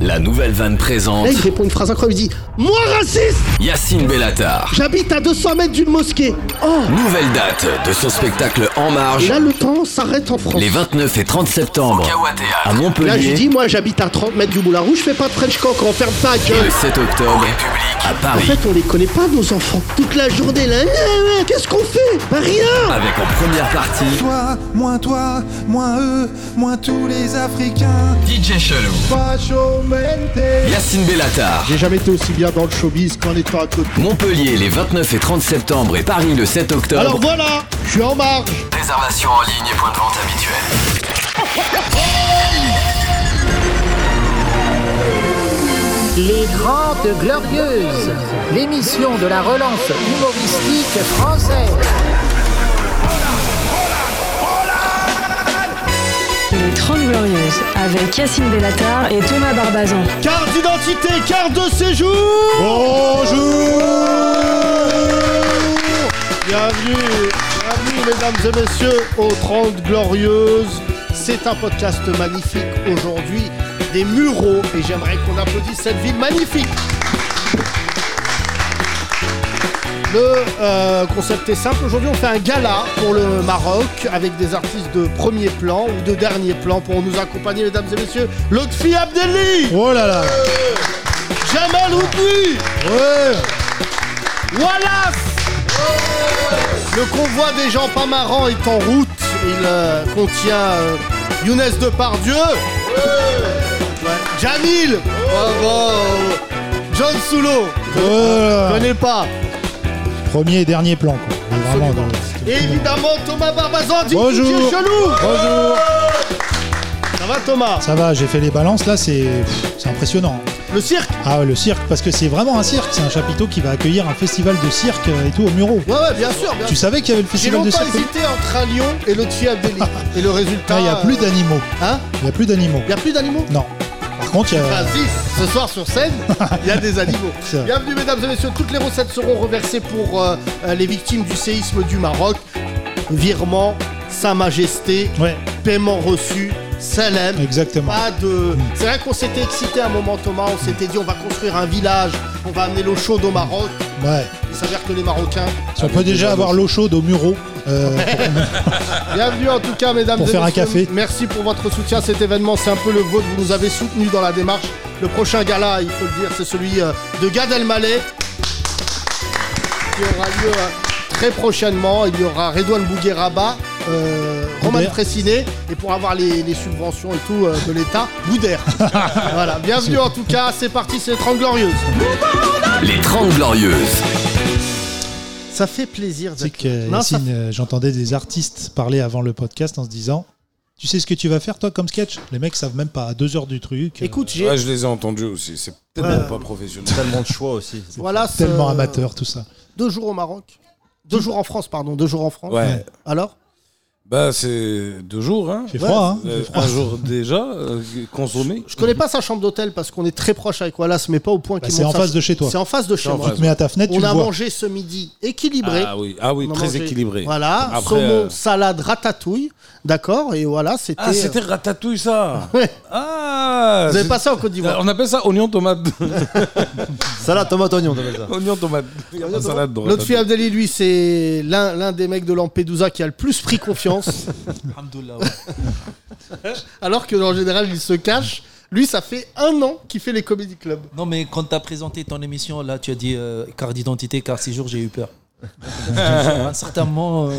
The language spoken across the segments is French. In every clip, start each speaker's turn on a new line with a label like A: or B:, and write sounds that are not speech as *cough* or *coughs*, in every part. A: La nouvelle vanne présente
B: Là, il répond une phrase incroyable. Il dit Moi raciste
A: Yacine Bellatar.
B: J'habite à 200 mètres d'une mosquée. Oh
A: Nouvelle date de son spectacle En
B: Et
A: Marge
B: là, le temps s'arrête en France.
A: les 29 et 30 septembre à
B: Là, je lui
A: Montpellier
B: dis Moi, j'habite à 30 mètres du Moulin Rouge. Je fais pas de French cock. On ferme ta
A: et
B: gueule.
A: le 7 octobre à
B: En
A: Paris
B: fait, on les connaît pas, nos enfants. Toute la journée, là, Ah, ah, qu'est-ce qu'on fait Bah, rien
A: avec en première partie
C: Toi, moins toi, moins eux, moins tous les Africains.
A: DJ Chelou, Yacine Bellatar.
B: J'ai jamais été aussi bien dans le showbiz qu'en étant à côté.
A: Montpellier les 29 et 30 septembre et Paris le 7 octobre.
B: Alors voilà, je suis en marge.
A: Réservation en ligne et point de vente habituel.
D: Les Grandes Glorieuses, l'émission de la relance humoristique française.
E: Les 30 Glorieuses avec Yacine Bellatar et Thomas Barbazan.
B: Carte d'identité, carte de séjour Bonjour Bienvenue, bienvenue mesdames et messieurs aux 30 Glorieuses. C'est un podcast magnifique aujourd'hui des Mureaux et j'aimerais qu'on applaudisse cette ville magnifique. Le euh, concept est simple. Aujourd'hui, on fait un gala pour le Maroc avec des artistes de premier plan ou de dernier plan pour nous accompagner, mesdames et messieurs. Lotfi Abdelli
C: Oh là là
B: Jamal Houdini
C: Ouais
B: Wallace Le convoi des gens pas marrants est en route. Il euh, contient euh, Younes Depardieu Ouais. Jamil Bravo. John Soulo
C: Ouais.
B: Connais pas
C: Euh, Premier et dernier plan, quoi. Vraiment, dans le-
B: Et évidemment Thomas Barbazan dit
C: Bonjour.
B: DJ Chelou
C: Bonjour
B: Ça va Thomas
C: Ça va, j'ai fait les balances, là, c'est pff, c'est impressionnant.
B: Le cirque
C: Ah, le cirque, parce que c'est vraiment un cirque, c'est un chapiteau qui va accueillir un festival de cirque euh, et tout au Muro.
B: Ouais ouais bien sûr, bien
C: Tu
B: sûr.
C: savais qu'il y avait le
B: J'ai
C: festival de
B: longtemps
C: cirque
B: hésité entre un lion et l'autre fille Abdelli. Et le résultat.
C: Ah, il n'y a plus
B: d'animaux.
C: d'animaux.
B: Hein
C: Il n'y a plus d'animaux.
B: Il y a plus d'animaux
C: Non. Par contre, il y a...
B: Vas-y, ce soir sur scène, il y a
C: *laughs*
B: des animaux.
C: C'est vrai.
B: Bienvenue mesdames et messieurs, toutes les recettes seront reversées pour euh, euh, les victimes du séisme du Maroc. Virement, Sa Majesté,
C: Ouais,
B: paiement reçu, Salem.
C: exactement. Mm.
B: Pas de. C'est vrai qu'on s'était excité un moment Thomas, on s'était dit on va construire un village, on va amener l'eau chaude au Maroc.
C: Ouais.
B: Il s'avère que les Marocains.
C: Si on peut déjà avoir l'eau chaude au Muro, euh,
B: Bienvenue en tout cas mesdames
C: Pour
B: et
C: faire un
B: messieurs.
C: café.
B: Merci pour votre soutien à cet événement, c'est un peu le vôtre, vous nous avez soutenus dans la démarche. Le prochain gala, il faut le dire, c'est celui euh, de Gad Elmaleh qui aura lieu euh, très prochainement. Il y aura Redouane Bougueraba, euh, Roman
C: Boudère.
B: Tressiné, et pour avoir les, les subventions et tout euh, de l'État,
C: *laughs*
B: Boudère. voilà, bienvenue en tout cas, c'est parti, c'est les 30 Glorieuses.
A: Les 30 Glorieuses.
B: Ça fait plaisir
C: tu sais
B: d'être
C: que
B: là. Non, ça
C: Yacine, euh, j'entendais des artistes parler avant le podcast en se disant Tu sais ce que tu vas faire toi comme sketch Les mecs savent même pas à deux heures du truc. euh,
B: Écoute, j'ai.
F: Ouais, je les ai entendus aussi. C'est tellement pas professionnel.
G: tellement de choix aussi.
B: voilà,
C: tellement
B: ce-
C: amateur tout ça.
B: Deux jours au Maroc. Deux jours en France, pardon. Deux jours en France.
F: Ouais.
B: Alors
F: Bah, c'est deux jours, hein.
C: Fait froid, hein
F: Euh,
C: Fait froid.
F: un jour déjà, euh, consommé.
B: Je connais pas sa chambre d'hôtel parce qu'on est très proche avec Wallace, mais pas au point
C: Bah,
B: qu'il
C: c'est
B: monte
C: en
B: sa-
C: face de chez toi.
B: C'est en face de chez
F: en
B: moi.
F: face.
C: Mais à ta fenêtre, tu
B: On
C: le
B: a
C: vois.
B: mangé ce midi équilibré.
F: Ah oui, ah oui
B: On a
F: très
B: mangé-
F: équilibré.
B: Voilà,
F: Après,
B: saumon,
F: euh,
B: salade, ratatouille, d'accord, et voilà, c'était. euh,
F: Ah, c'était ratatouille ça.
B: *laughs* Ouais.
F: Ah.
B: Vous avez
F: c'est-
B: passé en Côte d'Ivoire
F: On appelle ça oignon tomate.
G: Salade, tomate, oignon, t'appelles ça.
F: oignon tomate. Salade de
B: L'autre fille
F: ratatouille.
B: Abdelli, lui, c'est l'un l'un des mecs de Lampedusa qui a le plus
C: *laughs*
B: pris confiance, *laughs* alors que en général, il se cache. Lui, ça fait un an qu'il fait les comédie clubs.
H: Non, mais quand tu as présenté ton émission, là, tu as dit euh, carte d'identité, carte séjour, j'ai eu
F: *laughs*
H: peur. *laughs* Certainement. euh,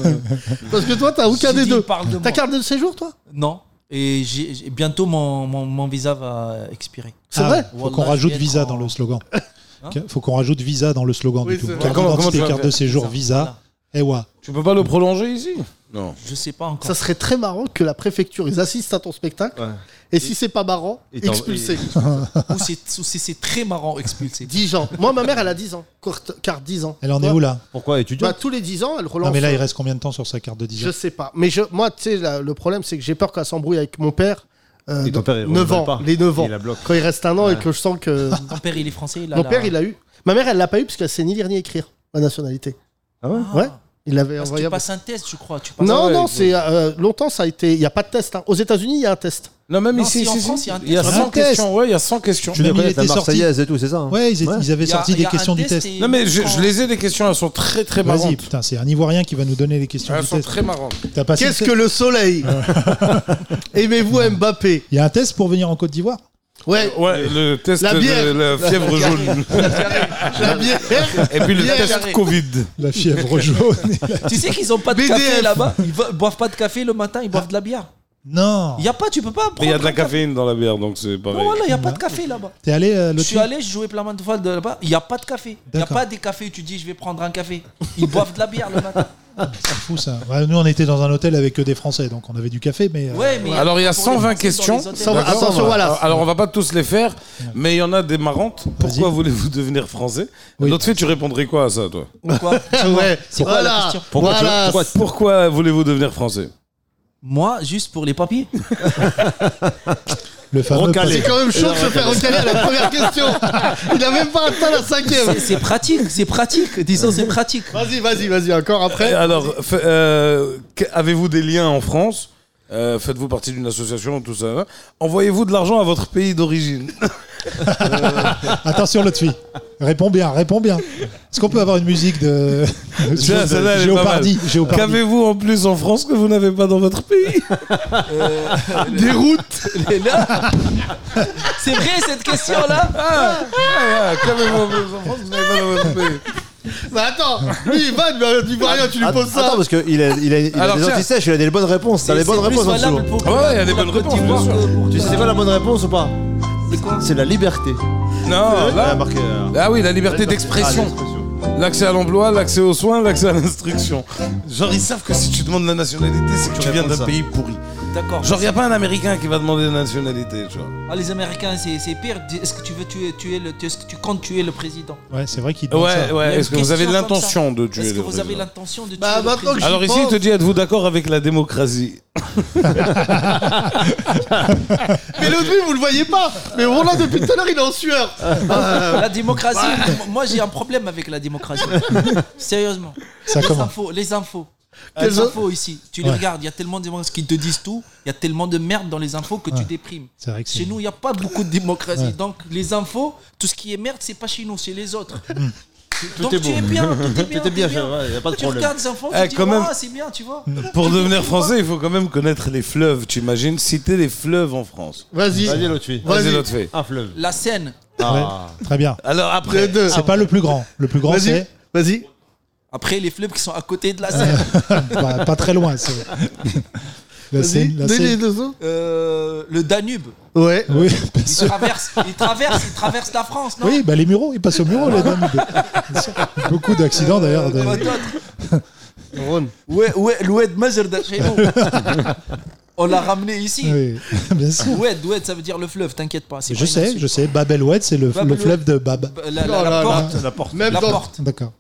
B: Parce que toi, t'as aucun
H: J'ai
B: des
H: dit,
B: deux.
H: parle de
B: T'as
H: moi.
B: carte de séjour, toi
H: non. Et j'ai- j'ai- bientôt, mon, mon, mon visa va expirer.
B: C'est
C: Ah,
B: vrai
C: Faut
H: Wallah,
C: qu'on
H: je
C: rajoute
H: vais être
C: visa
H: en-
C: dans le slogan. Que- faut qu'on rajoute visa dans le slogan
B: Oui,
C: du tout.
B: c'est vrai.
C: Carte
F: Comment-
C: d'identité,
F: comment tu vas
C: carte de
F: faire
C: séjour,
H: Voilà.
C: visa. Eh Ewa.
F: Tu peux pas le prolonger ici Non.
H: Je sais pas encore.
B: Ça serait très marrant que la préfecture, ils assistent à ton spectacle.
G: Ouais.
B: Et si c'est pas marrant,
G: Ils t'en-
B: expulsé.
H: Ou c'est- ou c'est c'est très marrant expulsé.
B: 10 ans. Moi, ma mère, elle a 10 ans. Courte- Carte 10 ans.
C: Elle en est où là
G: Pourquoi
B: Bah,
G: étudiant
B: tous les 10 ans, elle relance.
C: Non mais là il reste combien de temps sur sa carte de 10
B: Je sais pas. Mais je, moi, tu sais, la- le problème, c'est que j'ai peur qu'elle s'embrouille avec mon père. euh,
G: Et ton
B: dans-
G: père, il
B: 9
G: renouvelle
B: ans.
G: pas.
B: Les 9 ans.
G: Il la bloque.
B: Quand il reste un an et que je sens
H: *laughs*
B: que.
H: Ton père, il est français. Il a
B: mon
H: la-
B: père, il a eu. Ma mère, elle l'a pas eu parce qu'elle sait ni lire ni écrire, la nationalité.
G: Ah ouais
B: Ouais. Il l'avait
H: Parce que
B: envoyé.
H: tu
B: à-
H: passes un test, je crois. Tu passes
B: Non,
H: un-
B: non, c'est euh, longtemps ça a été. Il n'y a pas de test. hein. Aux États-Unis, il y a
G: *laughs*
B: un test.
F: Non, même
H: Non,
F: ici,
H: si, en
F: si,
H: France,
F: si.
H: il y a un
F: il y a
H: test.
F: 100
C: Un test.
F: questions. Ouais, il y a 100 questions.
G: Tu
C: Mais il
G: devrais être
C: était
G: la
C: sorti-
G: Marseillaise et tout, c'est ça hein
C: Ouais, ils, étaient- ils avaient
H: Il y a-
C: sorti
H: il y
C: des
H: a un
C: questions du
H: test
C: test.
H: et-
F: Non, mais je, je les ai, les questions. Elles sont très, très
C: Vas-y,
F: marrantes.
C: putain, c'est un Ivoirien qui va nous donner les questions
F: Elles
C: du
F: sont
C: test.
F: très marrantes.
C: T'as passé
B: Qu'est-ce
C: le
B: que
C: test
B: le
G: *laughs*
B: soleil Aimez-vous Mbappé
C: Il y a un test pour venir en Côte d'Ivoire
B: Ouais.
F: Ouais, le test
B: La bière.
F: de la fièvre jaune.
G: *laughs*
B: La bière.
F: Et puis le
B: Bière.
F: test *laughs* Covid.
C: La fièvre jaune.
H: Tu sais qu'ils n'ont pas de
B: BDF.
H: café là-bas. Ils ne boivent pas de café le matin, ils boivent de la bière.
C: non.
H: Il n'y a pas, tu peux pas prendre.
F: Mais il y a de la
H: un café.
F: caféine dans la bière, donc c'est
H: Non,
F: pareil.
H: voilà, il n'y a pas de café là-bas.
C: T'es allé euh,
H: Je
C: l'autre
H: suis
C: fois
H: allé, je jouais plein de fois de là-bas. Il n'y a pas de café. Il n'y a
C: D'accord.
H: pas des cafés où tu dis je vais prendre un café. Ils boivent de la bière le matin.
C: C'est fou ça. Ouais, nous, on était dans un hôtel avec que des Français, donc on avait du café, mais. euh,
H: Ouais, mais
F: Alors il y a
H: pour les
F: 120
H: Français,
F: questions.
H: dans les hôtels-
B: Cent-
F: D'accord,
B: attention,
F: on va-
B: voilà.
F: Alors on va pas tous les faire, mais il y en a des marrantes. Pourquoi
C: Vas-y.
F: voulez-vous devenir français
C: Oui.
F: L'autre fille, tu répondrais quoi à ça, toi
H: Pourquoi
B: Ouais.
H: C'est quoi
B: voilà.
H: la question
F: Pourquoi, tu-
B: Voilà.
F: pourquoi, pourquoi voulez-vous devenir français
H: Moi, juste pour les papiers.
C: Le fameux.
G: Recalé.
B: C'est quand même chaud de se faire recaler à la première question. Il n'a même pas atteint la cinquième.
H: C'est- C'est pratique, c'est pratique. Disons, c'est pratique.
B: Vas-y, vas-y, vas-y, encore
F: Et
B: après.
F: Alors, fa- euh, que- avez-vous des liens en France Euh, Faites-vous partie d'une association, tout ça hein Envoyez-vous de l'argent à votre pays d'origine
C: Attention, l'autre fille. Réponds bien, réponds bien. Est-ce qu'on peut avoir une musique de. de-
F: Tiens,
C: de-
F: celle-là, elle est pas
C: Géopardy,
F: mal.
C: Géopardy.
F: Qu'avez-vous en plus en France que vous n'avez pas dans votre *laughs* pays Euh, Des routes
H: Et là, c'est vrai cette question-là
F: Ah, ah, Qu'avez-vous en plus en France que vous n'avez pas dans votre pays
B: Mais attends, lui, il va, mais du rien, tu lui
G: Att-
B: poses ça.
G: Attends, parce qu'il a, il a, il a
F: Alors,
G: des
F: tiens.
G: antisèches, il a des bonnes réponses. T'as les
H: C'est
G: bonnes
H: plus
G: réponses en
H: valable
G: dessous.
H: pour-
F: Ouais, il y a des
H: pour
F: bonnes
H: la Côte
F: réponses, bien
H: d'Ivoire
F: sûr.
H: que pour-
G: Tu sais, c'est quoi la bonne réponse ou pas
H: C'est quoi
G: C'est la liberté.
F: Non,
G: Elle a
F: là,
G: marqué, euh,
F: Ah oui, la liberté
G: Ah,
F: d'expression.
G: d'expression.
F: L'accès à l'emploi, l'accès aux soins, l'accès à l'instruction. Genre, ils savent que si tu demandes la nationalité, c'est que tu viens
G: réponds
F: d'un
G: ça.
F: pays pourri.
H: D'accord.
F: Genre, y a pas un Américain qui va demander la nationalité, tu vois.
H: Ah, les Américains, c'est c'est pire. Est-ce que tu veux tuer, tuer le, est-ce que tu comptes tuer le président
C: Ouais, c'est vrai qu'il demande
F: ouais,
C: ça.
H: Il y a
F: ouais.
H: une
F: Euh, Est-ce que vous
H: question
F: avez
H: comme
F: l'intention
H: ça.
F: de tuer
H: Est-ce que
F: le
H: vous avez
F: président
H: l'intention de tuer
B: Bah,
H: le
B: maintenant que
H: président
F: Alors
B: J'y
F: ici, il
B: pense.
F: te dit, êtes-vous d'accord avec la démocratie
B: Mais le but, vous le voyez pas. Mais on là depuis tout à l'heure, il est en sueur. Ah,
H: La démocratie, moi j'ai un problème avec la démocratie. Sérieusement.
C: Ça
H: les
C: commence.
H: infos, les infos.
B: Quelles
H: Ah, les
B: in-
H: infos ici, tu les
C: Ouais.
H: regardes, il y a tellement de gens qui te disent tout, il y a tellement de merde dans les infos que tu déprimes.
C: C'est vrai que c'est-
H: Chez nous, il n'y a pas beaucoup de démocratie. Donc, les infos, tout ce qui est merde, c'est pas chez nous, c'est les autres.
C: Mm.
H: Donc, tu es bien.
G: *laughs*
H: Tu es bien.
G: T'étais
H: t'es
G: bien,
H: bien.
G: ouais, y a pas de
H: Tu
G: problème.
H: regardes les infos,
F: Eh,
H: tu dis,
F: quand même.
H: Ah, c'est bien, tu vois.
C: Mm.
F: Pour devenir français, il faut quand même connaître les fleuves, tu imagines Citer les fleuves en France.
B: Vas-y.
G: Vas-y, l'autre fille.
F: Vas-y,
B: Vas-y.
F: l'autre fait.
G: Un fleuve.
H: La scène,
G: Ah.
C: Très bien.
F: Alors
B: Les
F: après,
B: deux.
C: C'est pas le plus grand. Le plus grand,
B: Vas-y.
C: c'est.
B: Vas-y.
H: après les fleuves qui sont à côté de la scène.
C: bah, pas très loin. C'est... La
B: Vas-y.
C: scène, la
B: Donnez les
C: scène.
B: deux autres.
H: Euh, le Danube,
B: Ouais.
C: Oui, bien *laughs* sûr.
H: il traverse, il traverse, il traverse la France, non
C: Oui, bah les mureaux, ils passent au bureau, les dames. Bien sûr. Beaucoup d'accidents, d'ailleurs. de-
H: Quoi d'autre Ouais, ouais, l'Oued Majr de
C: *laughs*
H: chez nous. On l'a ramené ici.
C: Oui, bien sûr.
H: Oued, Oued, ça veut dire le fleuve, t'inquiète pas. c'est
C: Je
H: pas une
C: sais,
H: insulte.
C: je sais. Babel Oued, c'est le,
H: Babel
C: le
H: Oued.
C: fleuve de Bab.
H: Bah, La,
B: Oh
H: la,
B: là
H: la
B: là.
H: porte.
G: La porte.
B: Même
H: La
B: dans-
H: porte.
C: D'accord.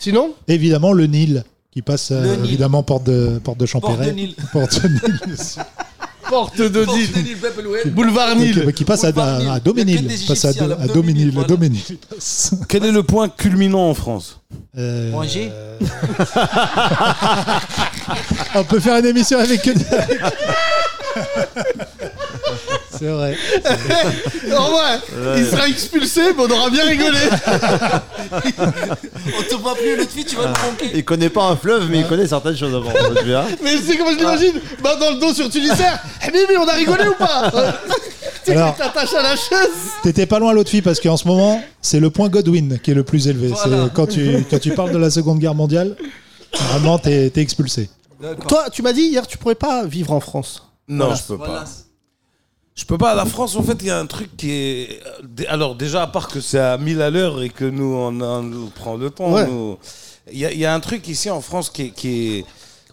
B: Sinon
C: Évidemment, le Nil, qui passe euh,
H: Le Nil.
C: évidemment porte de, porte de Champéret.
H: Porte de Nil.
C: *laughs* Porte de
H: *laughs*
C: Nil, bien sûr.
B: Porte de
H: Porte
B: Dîne.
H: de Nil, Babel Oued.
B: Boulevard
C: Donc,
B: Nil.
C: bah, qui passe à,
H: Boulevard Nil.
C: à, à
H: Il y a que
C: Doménil.
H: des
C: passe à,
H: Égyptiens,
C: Do- à
H: la
C: Doménil.
H: Doménil,
C: à Doménil,
H: *laughs*
C: il passe.
F: quel est le point culminant en France
C: Euh,
H: Manger.
C: on peut faire une émission avec.
H: *laughs*
C: que- C'est vrai.
B: Oh ouais. Il sera expulsé, mais on aura bien rigolé.
H: On te voit plus, l'autre fille, tu
C: Ah.
H: vas le
G: Il
H: tronquer.
G: connaît pas un fleuve, mais il connaît certaines choses avant. Tu vois
B: Mais tu sais comment je l'imagine Bah dans le dos sur Tunisère. Habibi, on a rigolé ou pas Tu sais
C: Alors.
B: que t'attaches à la chaise.
C: T'étais pas loin l'autre fille parce qu'en ce moment, c'est le point Godwin qui est le plus élevé.
H: Voilà.
C: C'est quand tu quand tu parles de la Seconde Guerre mondiale, vraiment t'es t'es expulsé.
H: D'accord.
B: Toi, tu m'as dit hier, tu pourrais pas vivre en France.
F: Non, je peux
H: Voilà.
F: pas. Je peux pas. La France, en fait, il y a un truc qui est. euh, Alors, déjà, à part que c'est à 1000 à l'heure et que nous, on, on prend le temps,
B: Ouais.
F: nous- il y, a- il y a un truc ici en France qui, est- qui, est-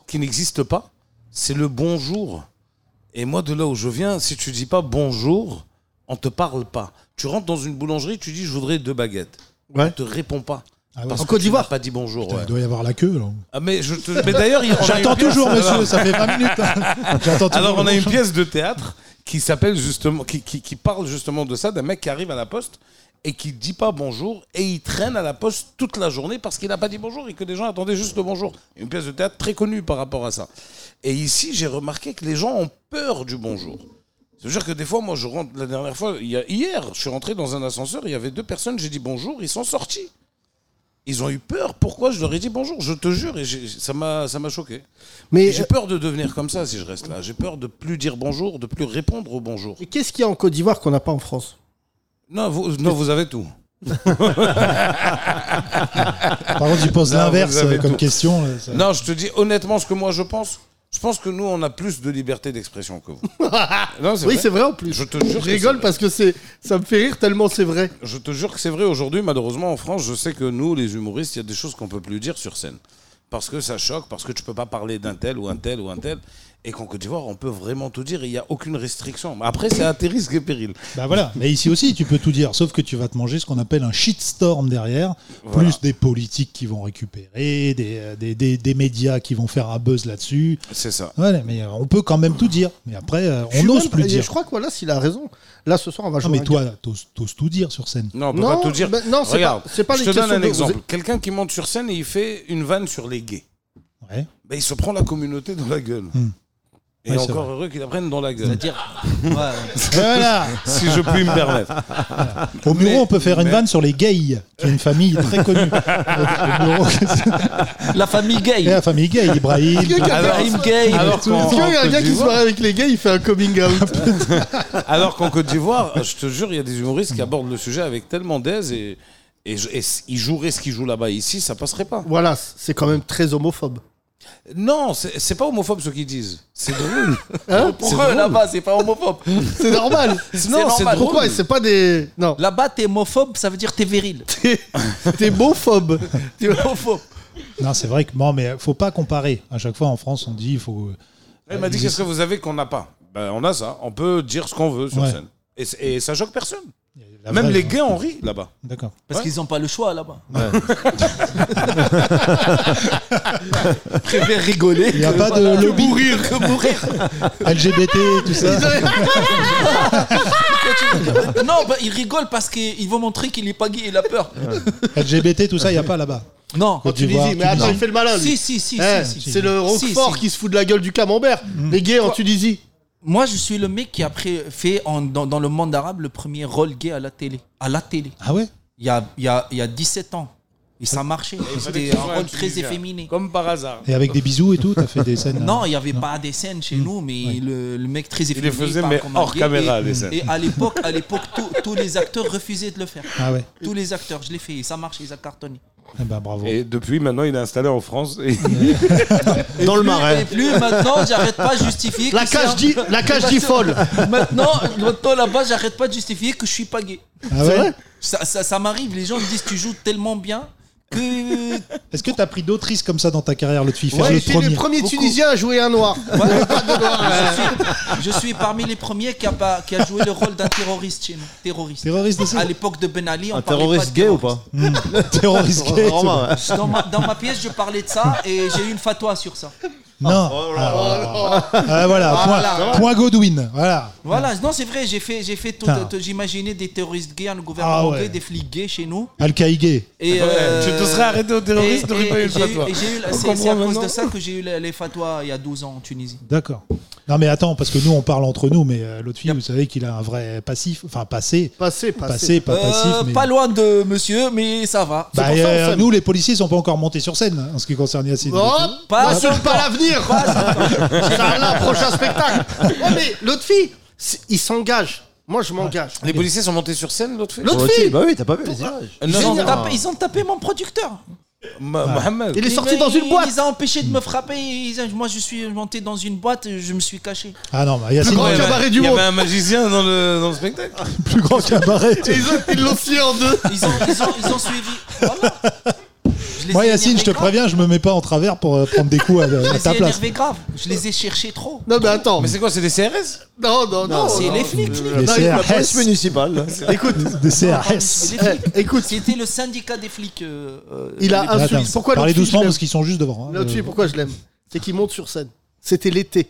F: qui n'existe pas. C'est le bonjour. Et moi, de là où je viens, si tu dis pas bonjour, on te parle pas. Tu rentres dans une boulangerie, tu dis je voudrais deux baguettes.
B: Ouais.
F: On te répond pas.
C: Ah ouais.
F: Parce
C: En
F: que tu n'as pas dit bonjour. ouais.
C: Il doit y avoir la queue. là.
F: Ah, mais je te- mais
C: *laughs*
F: d'ailleurs, il- on a
C: J'attends
F: une pièce-
C: toujours, monsieur. Ça fait 20 minutes. hein.
F: *laughs*
C: J'attends toujours.
F: alors on
C: le
F: a une
C: prochain.
F: pièce de théâtre qui s'appelle justement, qui, qui- qui parle justement de ça, d'un mec qui arrive à la poste et qui dit pas bonjour et il traîne à la poste toute la journée parce qu'il n'a pas dit bonjour et que les gens attendaient juste le bonjour. Une pièce de théâtre très connue par rapport à ça. Et ici, j'ai remarqué que les gens ont peur du bonjour. C'est-à-dire que des fois, moi, je rentre, la dernière fois, il y a- hier, je suis rentré dans un ascenseur, il y avait deux personnes, j'ai dit bonjour, ils sont sortis. Ils ont eu peur. Pourquoi je leur ai dit bonjour Je te jure, et j'ai- ça m'a ça m'a choqué.
B: Mais,
F: Et j'ai peur de devenir comme ça si je reste là. J'ai peur de plus dire bonjour, de plus répondre au bonjour.
B: mais euh, qu'est-ce qu'il y a en Côte d'Ivoire qu'on n'a pas en France
F: Non, vous, non, vous avez tout.
C: Par contre, tu poses
F: Non,
C: l'inverse
F: vous avez
C: euh, comme
F: tout.
C: question. euh,
F: *laughs*
C: ça-
F: Non, je te dis honnêtement ce que moi je pense. Je pense que nous, on a plus de liberté d'expression
B: *laughs*
F: que vous. Non, c'est
B: Oui,
F: vrai.
B: c'est vrai en plus.
F: Je te jure que
B: rigole
F: c'est vrai.
B: parce que c'est, ça me fait rire tellement c'est vrai.
F: Je te jure que c'est vrai. Aujourd'hui, malheureusement, en France, je sais que nous, les humoristes, il y a des choses qu'on peut plus dire sur scène. Parce que ça choque, parce que tu peux pas parler d'un tel ou un tel ou un tel. Et qu'en Côte d'Ivoire, on peut vraiment tout dire. et Il n'y a aucune restriction. Après, c'est à tes risques et périls.
C: Bah voilà, mais ici aussi tu peux tout dire, sauf que tu vas te manger ce qu'on appelle un shitstorm derrière,
F: Voilà.
C: plus des politiques qui vont récupérer, des, euh, des, des- des médias qui vont faire un buzz là-dessus.
F: C'est ça.
C: Voilà, mais euh, on peut quand même tout dire, mais après euh,
B: Je
C: on
B: suis
C: n'ose
B: même-
C: plus
B: et
C: dire.
B: Je crois que voilà, s'il a raison. Là, ce soir, on va jouer.
C: Non mais
B: un
C: toi, t'oses t'oses tout dire sur scène.
F: Non, on peut
B: Non,
F: pas tout dire.
B: bah, non, c'est
F: Regarde,
B: pas- c'est pas
F: je
B: les
F: te donne
B: questions
F: un
B: de-
F: exemple. Quelqu'un qui monte sur scène et il fait une vanne sur les gays. *laughs*
C: Ouais.
F: Ben, il se prend la communauté dans la gueule. Et
C: Hmm. Ouais, c'est
F: encore
C: vrai.
F: heureux qu'il la prenne dans la gueule,
H: C'est-à-dire, ouais,
C: Voilà.
F: *laughs* si je puis me permettre.
C: Au bureau,
F: Mais-
C: on peut faire une
F: mais-
C: vanne sur les gays, qui est une famille très
F: *laughs*
C: connue. Au bureau,
H: la famille
C: et
H: gay.
C: la famille gay, Ibrahim.
B: gag. Est-ce qu'il y a
F: Alors-
B: quelqu'un-
H: Ibrahim gay.
F: Alors qu'en
B: est-ce qu'il y a
F: en
B: un gars qui se
F: Côte
B: marie
F: d'Ivoire-
B: avec les gays, il fait un coming out
F: alors qu'en Côte d'Ivoire, je te jure, il y a des humoristes qui abordent le sujet avec tellement d'aise et, et, je- et s- ils joueraient ce qu'ils jouent là-bas. Ici, ça passerait pas.
B: Voilà, c'est quand même très homophobe.
F: Non, c'est c'est pas homophobe ce qu'ils disent. C'est drôle.
B: Hein
H: Pour
F: C'est
H: eux,
F: drôle.
H: là-bas, c'est
C: Ah.
H: pas homophobe.
B: C'est *laughs* normal.
F: Non, c'est
H: normal.
F: drôle.
B: Pourquoi C'est pas des. Non,
H: Là-bas, t'es homophobe, ça veut dire t'es viril.
B: t'es beauphobe.
H: T'es homophobe.
C: *laughs* Non, c'est vrai que non, mais faut pas comparer. À chaque fois en France, on dit il faut.
F: Elle m'a dit qu'est-ce que vous avez qu'on n'a pas ben, On a ça. On peut dire ce qu'on veut sur
C: Ouais.
F: scène. Et, c'est- et ça choque personne.
C: La
F: Même
C: vraie-
F: les gays en rient là-bas.
C: D'accord.
H: Parce
F: Ouais.
H: qu'ils n'ont pas le choix là-bas. *laughs* Ils préfèrent rigoler.
C: Il n'y a pas de lobby
H: mourir que mourir.
C: LGBT, tout ça.
H: Non, bah, ils rigolent parce qu'ils vont montrer qu'il est pas gay, il a peur.
C: LGBT, tout ça, il n'y a pas là-bas.
H: Non.
C: Côte
B: Tu dis,
C: d'Ivoire,
B: mais
C: Tunisie.
B: attends, il fait le malin. lui.
H: Si, si, si,
B: Eh,
H: si, si.
B: c'est le
H: Si,
B: Roquefort
H: si.
B: qui se fout de la gueule du camembert.
C: Mm.
B: Les gays en Tunisie.
H: Moi, je suis le mec qui a pré- fait en- dans, dans le monde arabe le premier rôle gay à la télé. À la télé.
C: Ah ouais
H: Il y a, il y a- il y a 17 ans. Et ça marchait.
F: fallait
H: C'était
F: que ce
H: un
F: soit un
H: rôle très
F: Tunisien.
H: efféminé.
F: Comme par hasard.
C: Et avec des bisous et tout, t'as fait des scènes. euh,
H: Non, il n'y avait pas des scènes chez
B: Mm.
H: nous, mais le, le mec très efféminé.
F: faisait,
H: parle
F: mais
H: comme un
F: hors
H: gay,
F: caméra,
H: et,
F: les scènes.
H: Et à l'époque, à l'époque,
F: *laughs*
H: tous- tous les acteurs refusaient de le faire.
C: Ah ouais.
H: Tous les acteurs, je l'ai fait. Et ça marche, ils a cartonné.
C: Eh ben bravo.
F: Et depuis, maintenant, il est installé en France. Et...
G: Dans le
H: Plus-
G: marais.
H: Et plus maintenant, j'arrête pas de justifier.
B: La
H: que c'est
B: cage
H: un-
B: dit, la cage
H: *laughs*
B: dit folle.
H: Maintenant, maintenant là-bas, j'arrête pas de justifier que je suis pas gay.
C: ah ouais
H: Ça, ça, ça m'arrive, les gens me disent tu joues tellement bien que.
C: Est-ce que t'as pris d'autres risques comme ça dans ta carrière, l'autre fille Faire
B: Ouais,
C: le
B: J'étais le
C: premier.
B: premier
H: Beaucoup.
B: Tunisien à jouer un noir.
H: Je suis, je suis parmi les premiers qui a, pas- qui a joué le rôle d'un terroriste chez nous. Terroriste.
C: Terroriste de
H: À
C: ça
H: l'époque de Ben Ali, on
G: Un
H: parlait
G: terroriste
H: pas de
G: gay ou pas
C: Terroriste gay.
G: Vraiment, ouais.
H: Dans ma, dans ma pièce, je parlais de ça et j'ai eu une fatwa sur ça.
C: Non. Ah, ah, voilà,
H: Voilà.
C: Point, point Godwin. Voilà.
H: Voilà, non, c'est vrai, j'ai fait, j'ai fait tout.
C: Putain.
H: tout- J'imaginais des terroristes gays, un gouvernement
C: Ah ouais.
H: gay, des flics gays chez nous.
C: Al-Qaïda.
H: Et euh,
F: tu te serais arrêté au terroriste,
H: et-
F: t'aurais
H: et-
F: pas eu
H: et
F: le
H: j'ai eu-
F: fatwa.
H: et j'ai eu la-
F: On
H: C'est c'est à
F: comprend
H: cause de
F: maintenant.
H: ça que j'ai eu les, les fatwas il y a 12 ans en Tunisie.
C: D'accord. Non mais attends, parce que nous on parle entre nous, mais euh, l'autre fille,
H: Yep.
C: vous savez qu'il a un vrai passif, enfin passé,
B: Passé,
C: passé,
B: passé.
C: pas passif.
H: Euh,
C: mais-
H: Pas loin de monsieur, mais ça va.
C: Bah,
B: pour ça,
C: euh,
B: on s'aime.
C: nous les policiers sont pas encore montés sur scène hein, en ce qui concerne Yacine.
B: Oh,
H: *laughs* Pas
B: n'insulte pas l'avenir. Ça a un prochain spectacle. Ouais, mais l'autre fille, c'est- il s'engage. Moi, je m'engage.
F: Les policiers sont montés sur scène l'autre fois
B: L'autre
G: Rocky,
B: fille,
G: Bah oui, t'as pas vu les images.
F: Non,
H: Ils
F: non,
H: ont,
F: non.
H: tapé, ils ont tapé mon producteur.
G: Bah,
F: Ma- Mohamed.
B: il est
H: Ils
B: sorti
H: me-
B: dans une
H: Ils
B: boîte.
H: ont empêché de me frapper. Ils ont- moi, je suis monté dans une boîte. Je me suis caché.
C: Ah non, bah, Yacine,
B: Plus grand
C: ouais,
F: Il y avait-
B: cabaret du
F: il y
B: monde.
F: avait un magicien dans le, dans le spectacle.
C: *laughs* plus grand
B: *laughs*
C: cabaret.
B: Et ils ont- Ils l'ont scié en deux.
H: Ils ont, ils ont, ils ont suivi. Voilà. Je les
C: Moi
H: ai
C: Yacine, je te
H: énervés grave.
C: préviens, je me mets pas en travers pour euh, prendre des coups à, à
H: Je les
C: ta place.
H: ai énervés grave. Je les ai cherchés trop.
B: Non, mais attends.
F: Mais c'est quoi C'est des CRS
B: Non, non, non.
H: C'est
B: non.
H: les flics.
C: Des
G: C'est la police
C: CRS.
G: municipale.
C: *laughs*
B: Écoute,
C: Des
H: C'est
C: CRS.
H: les flics.
B: eh, écoute,
H: C'était le syndicat des flics. euh, euh,
B: il a
C: Ah, attends,
B: insulté. Pourquoi
C: Parlez
B: l'autre fille, je
C: doucement
B: l'aime
C: parce qu'ils sont juste devant. hein.
B: L'autre fille,
C: Euh,
B: pourquoi je l'aime C'est qu'il monte sur scène. C'était l'été.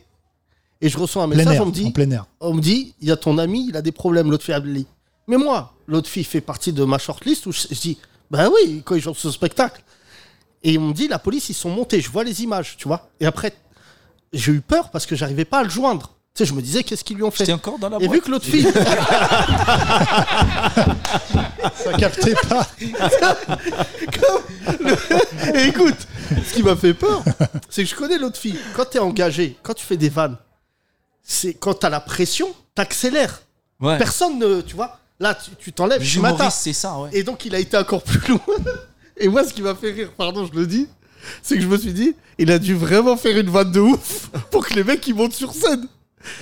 B: Et je reçois un
C: plein
B: message,
C: air,
B: on me
C: en
B: dit,
C: plein air.
B: on me dit, il y a ton ami, il a des problèmes, l'autre fille elle me dit. Mais moi, l'autre fille fait partie de ma shortlist où je, je dis bah oui, quand ils jouent ce spectacle. Et on me dit la police, ils sont montés, je vois les images, tu vois. Et après, j'ai eu peur parce que j'arrivais pas à le joindre. Tu sais, je me disais qu'est-ce qu'ils lui ont fait.
H: J'étais encore dans la
B: Et
H: boîte.
B: vu que l'autre fille.
C: *laughs* Ça captait
B: *laughs*
C: pas.
B: Et écoute, ce qui m'a fait peur, c'est que je connais l'autre fille. Quand t'es engagé, quand tu fais des vannes, c'est quand t'as la pression, t'accélères.
H: Ouais.
B: Personne ne, tu vois, là tu- tu t'enlèves,
H: Les
B: tu m'attends.
H: humoristes, c'est ça, ouais.
B: Et donc il a été encore plus loin. Et moi, ce qui m'a fait rire, pardon, je le dis, c'est que je me suis dit, il a dû vraiment faire une vanne de ouf pour que les mecs ils montent sur scène.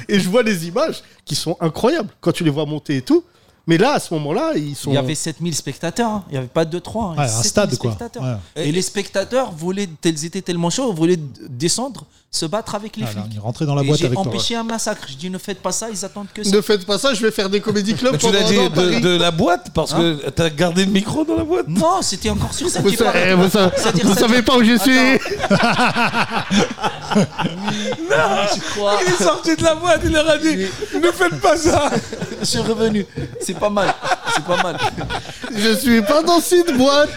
B: Et je vois les images qui sont incroyables quand tu les vois monter et tout. Mais là, à ce moment-là, ils sont.
H: Il y avait 7000 spectateurs, hein. il n'y avait pas 2-3. hein.
C: Ouais, un
H: 7000
C: stade, quoi.
H: spectateurs.
F: Ouais.
H: Et, les spectateurs voulaient, ils étaient tellement chauds, ils voulaient d- descendre, se battre avec les
C: Ah, là,
H: flics.
C: il rentrait dans la
H: Et
C: boîte
H: j'ai
C: avec toi.
H: empêché un massacre. Je dis ne faites pas ça, ils attendent que ça.
B: Ne faites pas ça, je vais faire des comédie clubs
H: *laughs*
F: Mais tu
B: pendant
F: l'as
B: un
F: dit
B: an à Paris.
F: de, de la boîte parce que t'as gardé le micro dans la boîte.
H: Hein Non, c'était encore sur ça
B: Vous,
H: qui
B: sa- eh,
H: parlait.
B: vous sa-
H: C'est-à-dire
B: vous
H: ça-
B: savez pas où je suis
F: *laughs*
H: Quoi
F: Il est sorti de la boîte, il leur a dit Ne faites pas ça
H: Je suis revenu. C'est pas mal. C'est pas mal.
B: Je suis pas dans cette boîte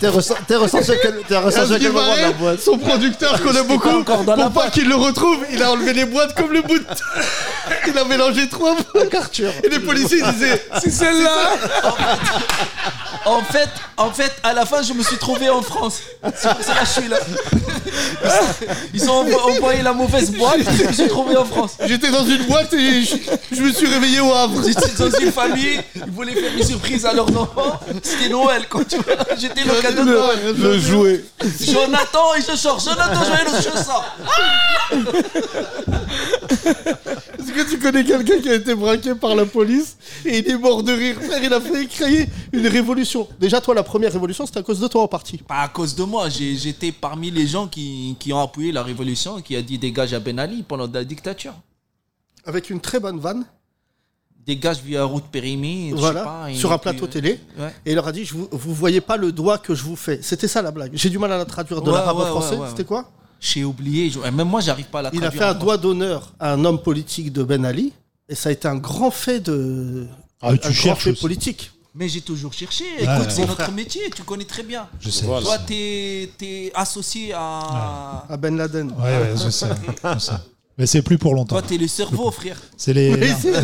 G: T'es ressenti t'es ressenti à quel, t'es
B: À
G: ressenti
B: ce
G: à
B: qui
G: quel moment de la
B: paraît,
G: boîte
B: Son producteur qu'on a beaucoup,
H: pas encore dans la
B: pour pas qu'il le retrouve, il a enlevé les boîtes comme le bout de... Il a mélangé trois boîtes. Et les policiers ils disaient
F: C'est celle-là
H: En fait, en fait, à la fin, je me suis trouvé en France. C'est pour ça que je suis là. Ils ont envo- envoyé la mauvaise boîte. Je me suis trouvé en France.
B: J'étais dans une boîte et je, je me suis réveillé au Havre.
H: J'étais dans une famille, ils voulaient faire des surprises à leurs enfants. C'était Noël, quand tu vois. J'étais le cadeau de Noël.
F: Le jouet.
H: Jonathan et je sors. Jonathan, je vais je sors.
B: Est-ce que tu connais quelqu'un qui a été braqué par la police et il est mort de rire Frère, il a fait créer une révolution. Déjà, toi, la première révolution, c'était à cause de toi en partie.
H: Pas à cause de moi. j'ai- J'étais parmi les gens qui, qui ont appuyé la révolution, qui a dit dégage à Ben Ali pendant la dictature.
B: Avec une très bonne vanne,
H: Dégage via route périmée. je sais
B: voilà,
H: pas, et
B: sur un
H: puis,
B: plateau
H: euh,
B: télé.
H: ouais.
B: Et il leur a dit, je vous, vous voyez pas le doigt que je vous fais. C'était ça la blague. J'ai du mal à la traduire de
H: Ouais,
B: l'arabe au
H: ouais,
B: français.
H: ouais, ouais.
B: C'était quoi
H: J'ai oublié. je- Même moi, j'arrive pas à la
B: Il a fait un
H: traduire.
B: doigt d'honneur à un homme politique de Ben Ali. Et ça a été un grand fait de.
C: Ah, tu
B: un grand
C: cherches
B: fait
C: aussi.
B: politique.
H: Mais j'ai toujours cherché.
C: Ouais,
H: Écoute,
C: ouais.
H: c'est notre métier. Tu connais très bien.
C: Je sais.
F: Voilà.
H: Toi, t'es es associé à.
B: À Ben Laden.
C: Ouais, ouais, je sais. je sais. Mais c'est plus pour longtemps.
H: Toi, t'es le cerveau, frère.
C: C'est les.
B: Mais
C: non.
B: c'est-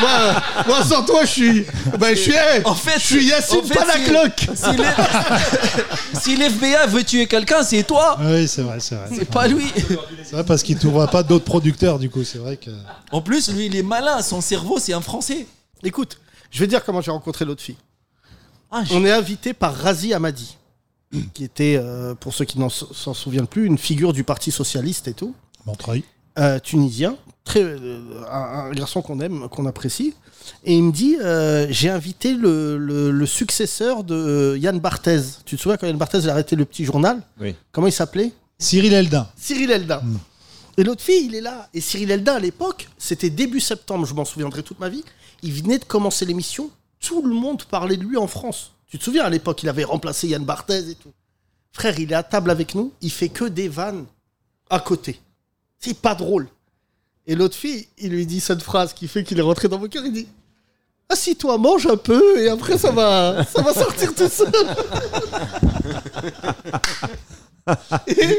B: moi, *laughs* moi, sans toi, je *laughs* suis. Ben, je suis. hey,
H: En fait,
B: je suis Yacine
H: en fait,
B: Palacloc.
H: Si le- *laughs* si l'FBA veut tuer quelqu'un, c'est toi.
C: Ah Oui, c'est vrai, c'est vrai.
H: C'est pas lui.
C: C'est vrai parce qu'il ne trouvera pas d'autres producteurs, du coup. C'est vrai que.
H: En plus, lui, il est malin. Son cerveau, c'est un Français.
B: Écoute, je vais dire comment j'ai rencontré l'autre fille.
H: Ah, je-
B: On est invité par Razi Amadi, qui était, euh, pour ceux qui n'en s- s'en souviennent plus, une figure du Parti Socialiste et tout.
C: Montreuil.
B: euh, tunisien, très, euh, un, un garçon qu'on aime, qu'on apprécie, et il me dit euh, j'ai invité le, le- le successeur de euh, Yann Barthez. Tu te souviens quand Yann Barthez il a arrêté le petit journal
G: Oui.
B: Comment il s'appelait
C: Cyril Eldin.
B: Cyril Eldin. Et l'autre fille, il est là. Et Cyril Eldin, à l'époque, c'était début septembre, je m'en souviendrai toute ma vie. Il venait de commencer l'émission. Tout le monde parlait de lui en France. Tu te souviens, à l'époque, il avait remplacé Yann Barthez et tout. Frère, il est à table avec nous. Il fait que des vannes à côté. C'est pas drôle. Et l'autre fille, il lui dit cette phrase qui fait qu'il est rentré dans mon cœur. Il dit Assis-toi, mange un peu, et après, ça va, ça va sortir tout seul. Et-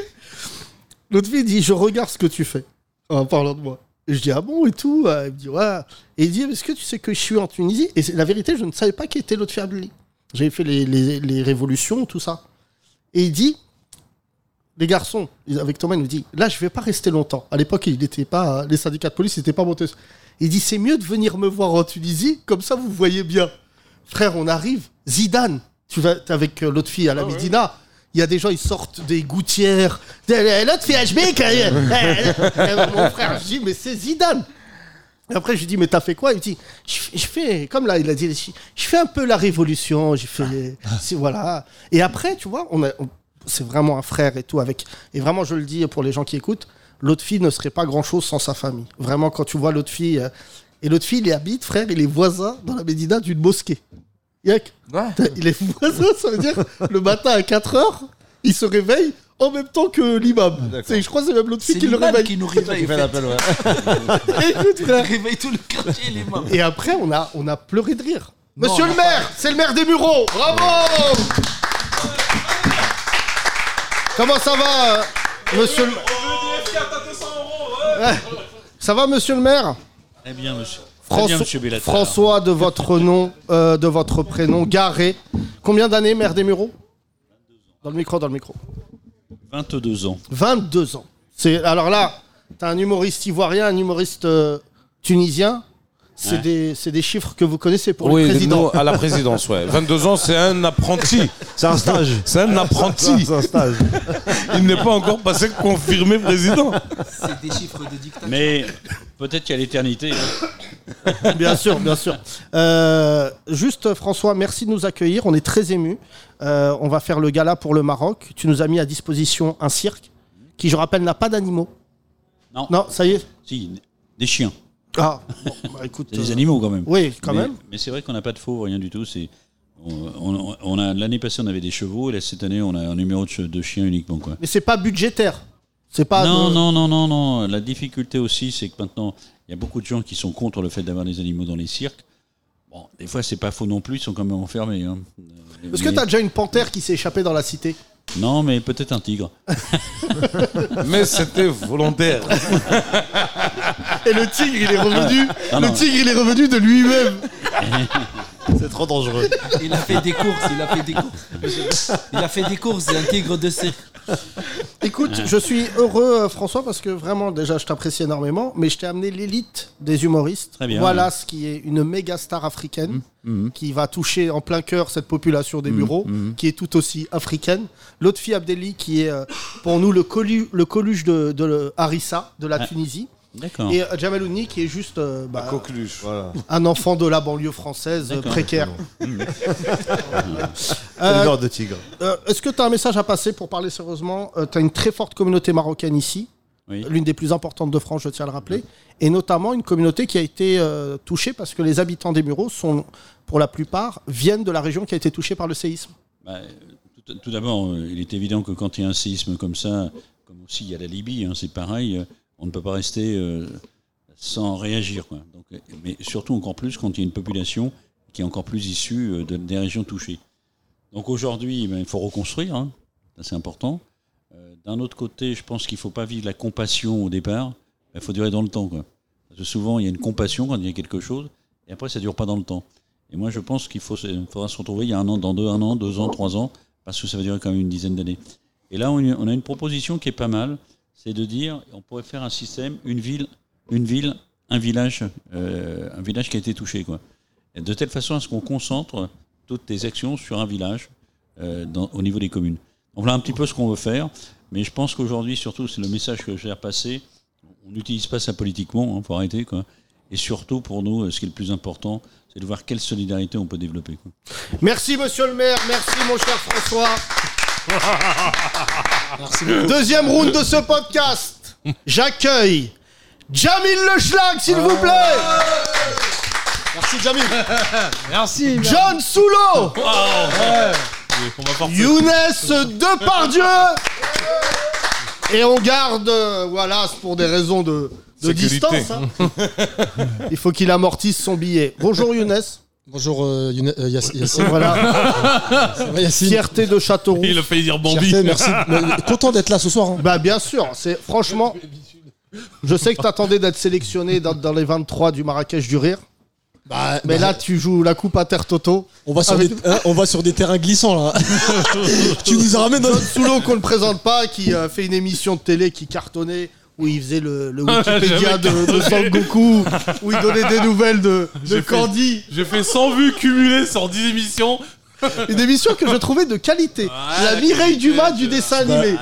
B: L'autre fille dit Je regarde ce que tu fais en parlant de moi. Et je dis Ah bon et tout Elle me dit Ouais. Et il dit Est-ce que tu sais que je suis en Tunisie Et c'est- la vérité, je ne savais pas qui était l'autre fille Abdouli. J'avais fait les, les- les révolutions, tout ça. Et il dit Les garçons, ils- avec Thomas, il nous dit Là, je vais pas rester longtemps. À l'époque, il n'était pas, les syndicats de police n'étaient pas montés. Il dit C'est mieux de venir me voir en Tunisie, comme ça vous voyez bien. Frère, on arrive. Zidane, tu vas t'es avec euh, l'autre fille à la Médina. Il y a des gens, ils sortent des gouttières. De- de- L'autre fille HB. quand- euh, euh, Mon frère, je dis, mais c'est Zidane. Et après, je lui dis, mais t'as fait quoi Il me dit, je, fais- je fais, comme là, il a dit, je, je fais un peu la révolution. J'ai fait,
H: Ah.
B: si, voilà. Et après, tu vois, on a- on- c'est vraiment un frère et tout. avec. Et vraiment, je le dis pour les gens qui écoutent, l'autre fille ne serait pas grand-chose sans sa famille. Vraiment, quand tu vois l'autre fille. euh, et l'autre fille, il habite, frère, il est voisin dans la Médina d'une mosquée. Yak,
H: Ouais.
B: *laughs* il est voisin, ça veut dire le matin à 4 heures, il se réveille, en même temps que l'imam. C'est- Je crois que c'est même l'autre
H: Ah, C'est
B: fille qui le
H: l'imam
B: réveille.
H: qui nous réveille.
G: Il
H: en
B: *laughs*
G: fait l'appel, ouais.
H: fait. Il *laughs* réveille tout le quartier, les mains.
B: Et après, on a, on a pleuré de rire. Monsieur le maire, c'est le maire des Mureaux. Bravo Comment ça va, euh, monsieur le Ouais. Ça va, monsieur le maire
I: Très bien, monsieur. Très bien,
B: François,
I: monsieur Bellatar.
B: François de votre nom, euh, de votre prénom, Garé. Combien d'années, maire des Mureaux Dans le micro, dans le micro.
I: 22 ans.
B: 22 ans. C'est alors là, t'as un humoriste ivoirien, un humoriste euh, tunisien. C'est
I: Ouais.
B: des, c'est des chiffres que vous connaissez pour
F: oui,
B: le président.
F: nous, à la présidence, ouais. 22 ans, c'est un apprenti.
G: C'est un stage.
F: C'est un apprenti.
G: C'est un stage.
F: Il n'est pas encore passé confirmé président.
H: C'est des chiffres de dictateur.
I: Mais peut-être qu'à l'éternité. hein.
B: Bien sûr, bien sûr. Euh, juste, François, merci de nous accueillir. On est très émus. Euh, on va faire le gala pour le Maroc. Tu nous as mis à disposition un cirque qui, je rappelle, n'a pas d'animaux.
I: Non.
B: Non, ça y est.
I: Si, des chiens.
B: Ah, bon, bah, écoute.
I: C'est des
B: euh,
I: animaux quand même.
B: Oui, quand
I: mais,
B: même.
I: Mais c'est vrai qu'on n'a pas de fauves, rien du tout. C'est on, on- on a l'année passée on avait des chevaux et là cette année on a un numéro de, che- de chien uniquement quoi.
B: Mais c'est pas budgétaire. C'est pas.
I: non
B: Ah, de-
I: non non non non. La difficulté aussi c'est que maintenant il y a beaucoup de gens qui sont contre le fait d'avoir des animaux dans les cirques. Bon des fois c'est pas faux non plus ils sont quand même enfermés. Hein.
B: Est-ce que
I: Mais-
B: t'as déjà une panthère qui s'est échappée dans la cité
I: Non mais peut-être un tigre.
F: Mais c'était volontaire.
B: Et le tigre, il est *laughs* revenu.
I: Ah non.
B: le tigre, il est revenu de lui-même.
G: C'est trop dangereux.
H: Il a fait des courses, il a fait des courses. Il a fait des courses, c'est un tigre de cirque.
B: Écoute, je suis heureux, euh, François, parce que vraiment, déjà, je t'apprécie énormément, mais je t'ai amené l'élite des humoristes.
I: Très bien, Mm,
B: voilà
I: ouais.
B: ce qui est une méga star africaine, qui va toucher en plein cœur cette population
I: Mm,
B: des bureaux, qui est tout aussi africaine. L'autre fille, Abdelli, qui est euh, pour nous le, colu- le coluche de, de le- Harissa, de la Tunisie.
I: D'accord.
B: Et euh, Jamalouni, qui est juste euh, bah,
F: Coqueluche.
B: un enfant de la banlieue française euh, précaire.
G: C'est le genre de tigre.
B: Euh, Est-ce que tu as un message à passer pour parler sérieusement Tu as une très forte communauté marocaine ici,
I: Oui.
B: l'une des plus importantes de France, je tiens à le rappeler, et notamment une communauté qui a été euh, touchée parce que les habitants des Mureaux sont, pour la plupart, viennent de la région qui a été touchée par le séisme.
I: Bah, tout tout d'abord, euh, il est évident que quand il y a un séisme comme ça, comme aussi il y a la Libye, hein, c'est pareil, euh, on ne peut pas rester euh, sans réagir. quoi. Donc, euh, mais surtout encore plus quand il y a une population qui est encore plus issue euh, de- des régions touchées. Donc aujourd'hui, ben, il faut reconstruire, hein, ça, c'est important. Euh, D'un autre côté, je pense qu'il ne faut pas vivre la compassion au départ, il faut durer dans le temps. Quoi. Parce que souvent, il y a une compassion quand il y a quelque chose, et après, ça ne dure pas dans le temps. Et moi, je pense qu'il faut, il faudra se retrouver il y a un an, dans deux, un an, deux ans, trois ans, parce que ça va durer quand même une dizaine d'années. Et là, on on a une proposition qui est pas mal, c'est de dire, on pourrait faire un système, une ville, une ville, un village, euh, un village qui a été touché, quoi. Et de telle façon à ce qu'on concentre toutes les actions sur un village euh, dans- au niveau des communes. Donc voilà un petit peu ce qu'on veut faire, mais je pense qu'aujourd'hui, surtout, c'est le message que j'ai repassé. On n'utilise pas ça politiquement, hein, faut arrêter, quoi. Et surtout, pour nous, euh, ce qui est le plus important, c'est de voir quelle solidarité on peut développer. quoi.
B: Merci, monsieur le maire, merci, mon cher François. Deuxième round de ce podcast, j'accueille Jamil Le Schlag, s'il vous plaît. Merci, Jamil.
J: Merci.
B: John Soulo. Younes Depardieu Et on garde, euh, voilà, c'est pour des raisons de, de
F: Sécurité.
B: distance. hein. Il faut qu'il amortisse son billet. Bonjour Younes.
J: Bonjour euh, Youna- euh, Yass- Yacine.
B: Voilà,
J: Ça va, Yacine.
B: fierté de Châteauroux.
F: Il a failli dire Bambi.
J: Fierté, Oh, merci. Mais, Content d'être là ce soir. hein.
B: Bah bien sûr, c'est franchement. Je sais que t'attendais d'être sélectionné dans, dans les 23 du Marrakech du Rire,
J: Bah,
B: mais
J: bah,
B: là tu joues la coupe à terre Toto.
J: on
C: Ah,
J: va sur
B: avec-
J: des, hein, on va sur des terrains glissants
C: *laughs*
J: là. tu nous ramènes dans.
B: Sous l'eau qu'on ne présente pas, qui euh, fait une émission de télé qui cartonnait, où il faisait le, le Wikipédia de, de Sangoku, où il donnait des nouvelles de, de Candy.
K: J'ai fait 100 vues cumulées sur 10 émissions.
B: Une émission que je trouvais de qualité. la Mireille Dumas du dessin animé.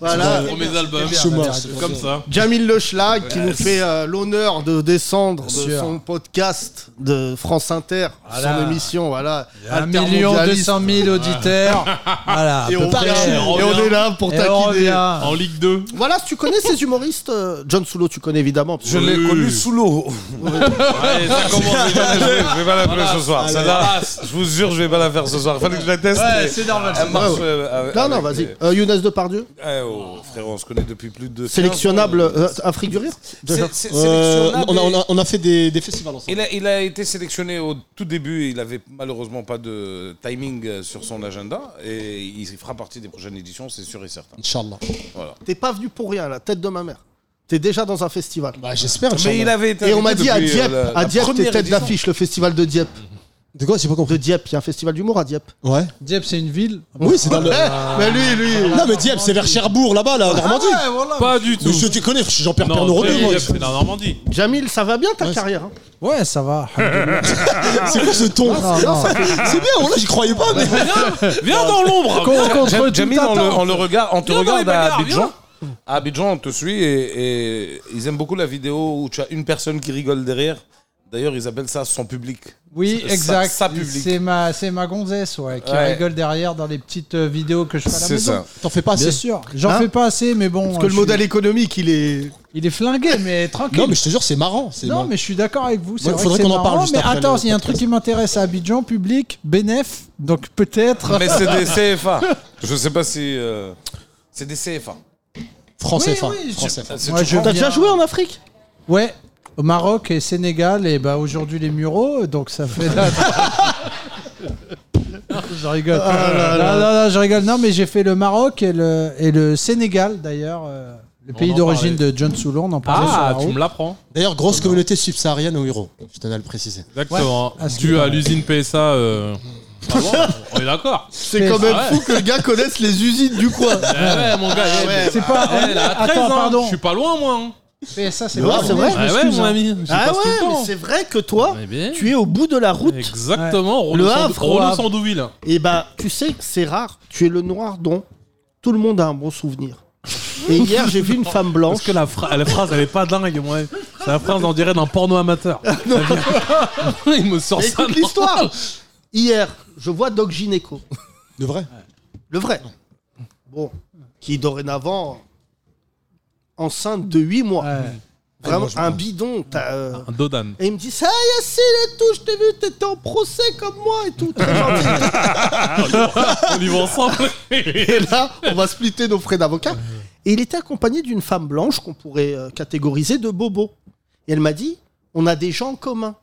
B: voilà.
K: Pour mes albums.
J: Chez moi.
K: Comme ça.
B: Jamil Le Schlag qui nous fait euh, l'honneur de descendre de
J: sûr.
B: son podcast de France Inter, son émission, voilà.
J: 1
B: Altermondialiste.
J: 200
B: *laughs*
J: 000 auditeurs. voilà.
B: Et on,
J: près.
B: revient, et
K: on
B: on
K: revient.
B: est là pour
J: Et on
B: taquiner.
J: revient.
K: En Ligue 2.
B: Voilà, tu connais ces humoristes euh, John Soulo, tu connais évidemment. parce que-
F: Je l'ai connu sous l'eau. Allez, ça commence. Je vais pas la- je vais pas la faire ce soir. Celle-là, je vous jure, je vais pas la faire ce soir. Fallait que je la teste.
B: Ouais,
F: mais
B: c'est normal,
F: elle
B: c'est
F: marche,
B: normal.
F: euh,
B: Non,
F: avec
B: non, vas-y.
F: les-
B: Euh, Younes Depardieu
F: Eh oh, frérot, on se connaît depuis plus de 15 ans.
B: Sélectionnable euh, Afrique du Rire
F: C'est- c'est-
B: Euh,
F: sélectionnable
B: on a- on a-
F: et-
B: on a fait des, des festivals ensemble.
F: Il a, il a été sélectionné au tout début. Il avait malheureusement pas de timing euh, sur son agenda. Et il fera partie des prochaines éditions, c'est sûr et certain.
B: Inch'Allah.
F: Voilà.
B: T'es pas venu pour rien, la tête de ma mère. T'es déjà dans un festival.
J: Bah, j'espère,
F: Inch'Allah. il avait été
B: Et on m'a
F: invité
B: dit à
F: depuis, euh,
B: Dieppe,
F: la-
B: à
F: la
B: Dieppe, t'es
F: première
B: tête
F: édition.
B: d'affiche, le festival de Dieppe.
J: De quoi, j'ai pas compris
B: De Dieppe, il y a un festival d'humour à Dieppe.
J: Ouais.
L: Dieppe, c'est une ville
J: Oui, c'est dans le.
B: Ouais, *laughs* mais lui, lui.
J: Non, mais Dieppe, c'est vers Cherbourg, là-bas,
L: Ah
J: là, en Normandie.
K: Pas du tout.
J: Mais je te connais, je suis Jean-Pierre
K: Non,
J: Pernaud
K: c'est-
J: Rodin, moi.
K: c'est la Normandie.
B: Jamil, ça va bien ta carrière hein
L: Ouais, ça va.
J: *laughs* C'est quoi ce ton
L: Non, non, ça fait-
J: C'est bien, oh là, j'y croyais pas, mais.
K: Viens dans l'ombre.
F: Viens.
K: viens.
L: contre
F: Jam-
L: toute
F: Jamil, on le,
L: attente.
F: on le regarde, on te
K: Viens dans
F: regarde
K: les
F: à
K: bagarres,
F: Abidjan.
K: viens.
F: À Abidjan, on te suit et, et ils aiment beaucoup la vidéo où tu as une personne qui rigole derrière. D'ailleurs, ils appellent ça son public.
L: Oui,
F: Sa-
L: exact.
F: Sa, public.
L: C'est ma, c'est ma gonzesse, ouais, qui
F: Ouais.
L: rigole derrière dans les petites euh, vidéos que je fais à la
F: C'est
L: maison.
F: ça.
J: T'en fais pas
L: Bien
J: assez.
L: sûr. J'en
J: Hein
L: fais pas assez, mais bon.
B: Parce que le modèle économique, il est.
L: Il est flingué, mais tranquille.
J: Non, mais je te jure, c'est marrant. c'est
L: Non,
J: marrant.
L: mais je suis d'accord avec vous. C'est
J: Ouais,
L: vrai
J: faudrait
L: que c'est
J: qu'on en parle
L: marrant,
J: juste
L: Mais
J: après
L: attends,
J: le
L: il y a un truc qui m'intéresse à Abidjan, public, bénéf, donc peut-être.
F: Mais c'est des CFA. Je sais pas si. euh, c'est des CFA.
J: Français,
L: Oui,
J: enfin.
L: oui, je-
J: Français, enfin.
F: C'est Oh,
L: Moi,
F: tout
L: je
F: franc.
L: viens-
B: en Afrique
L: Ouais. Au Maroc et Sénégal, et bah aujourd'hui les Mureaux, donc ça fait.
B: *laughs*
L: je rigole.
B: Ah là là.
L: Non, non, non, je rigole. Non, mais j'ai fait le Maroc et le, et le Sénégal d'ailleurs, euh, le
K: On
L: pays
K: en
L: d'origine
K: parlait.
L: de John Soulon, on en parlait sur la
K: Ah, tu
L: route.
K: me l'apprends.
J: D'ailleurs, grosse communauté subsaharienne au Hiro. Je tenais à le préciser.
K: Exactement.
L: Ah, c'est
K: Dû
L: vrai.
K: à l'usine PSA. euh, ah bon on est d'accord.
B: C'est quand
K: Ah
B: même
K: ouais.
B: fou que le gars connaisse les usines du coin.
K: Eh ouais, mon gars. eh,
B: Ah ouais.
K: mais-
L: C'est pas.
F: Ah
K: eh, elle a
L: Attends,
K: 13 ans.
L: pardon.
K: Je suis pas loin, moi. hein.
L: Mais ça, c'est
B: Ouais,
L: vrai,
B: c'est vrai.
L: je
K: Ah ouais,
L: m'excuse,
K: mon
L: hein.
K: ami. j'y
B: Ah
K: passe tout le
B: ouais,
K: temps.
B: mais c'est vrai que toi,
K: Eh bien,
B: tu es au bout de la route.
K: Exactement.
B: Le
K: Rollo Sand-
B: Havre, au
K: Rollo
B: Havre.
K: Sandouville.
B: Et bah, tu sais que c'est rare. Tu es le noir dont tout le monde a un bon souvenir. Et hier, j'ai vu une femme
K: Parce
B: blanche.
K: que la, phra- la phrase, elle est pas dingue, moi. C'est la phrase, on dirait, d'un porno amateur. Il me sort ça. *laughs*
B: Écoute
K: non
B: l'histoire. Hier, je vois Doc Gineco,
J: De vrai
B: le vrai. Bon, qui est dorénavant enceinte de 8 mois.
L: Ouais.
B: Vraiment
J: moi, je
B: un
J: pense. Ah.
B: bidon. t'as, euh,
K: Un Dodan.
B: Et il me dit ça, Yassine et tout, je t'ai vu, t'étais en procès comme moi et tout. Très gentil.
K: *laughs* On y va ensemble.
B: Et là, on va splitter nos frais d'avocat. Et il était accompagné d'une femme blanche qu'on pourrait euh, catégoriser de bobo. Et elle m'a dit, on a des gens en commun.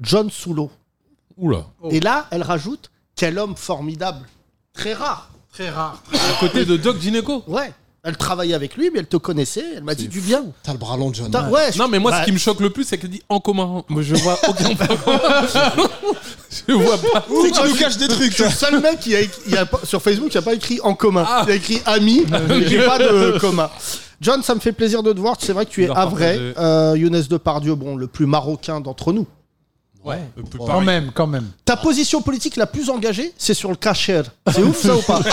B: John Soulo.
K: Oula.
B: Et là, elle rajoute, quel homme formidable. Très rare.
L: Très rare.
K: À côté de Doc Gineco.
B: Ouais. Elle travaillait avec lui, mais elle te connaissait. Elle m'a dit du bien.
J: *laughs* T'as le bras long, John.
B: Putain, ouais, je-
K: Non, mais moi,
B: bah,
K: ce qui me choque le plus, c'est qu'elle dit en commun. Moi, je vois aucun point commun. Je vois pas.
J: Tu sais que tu nous caches des
B: Je
J: trucs,
B: suis
J: toi.
B: le seul mec qui a, écrit- il y a pas- sur Facebook qui a pas écrit en commun. Il a écrit ami, mais j'ai pas de commun. John, ça me fait plaisir de te voir. C'est vrai que tu es
K: Il a partagé.
B: havrais. Euh, Younes Depardieu, bon, le plus marocain d'entre nous.
L: Ouais.
K: Euh, plus
L: Quand
K: pareil.
L: même, quand même.
B: Ta position politique la plus engagée, c'est sur le cacher. C'est ouf ça ou pas
J: Non,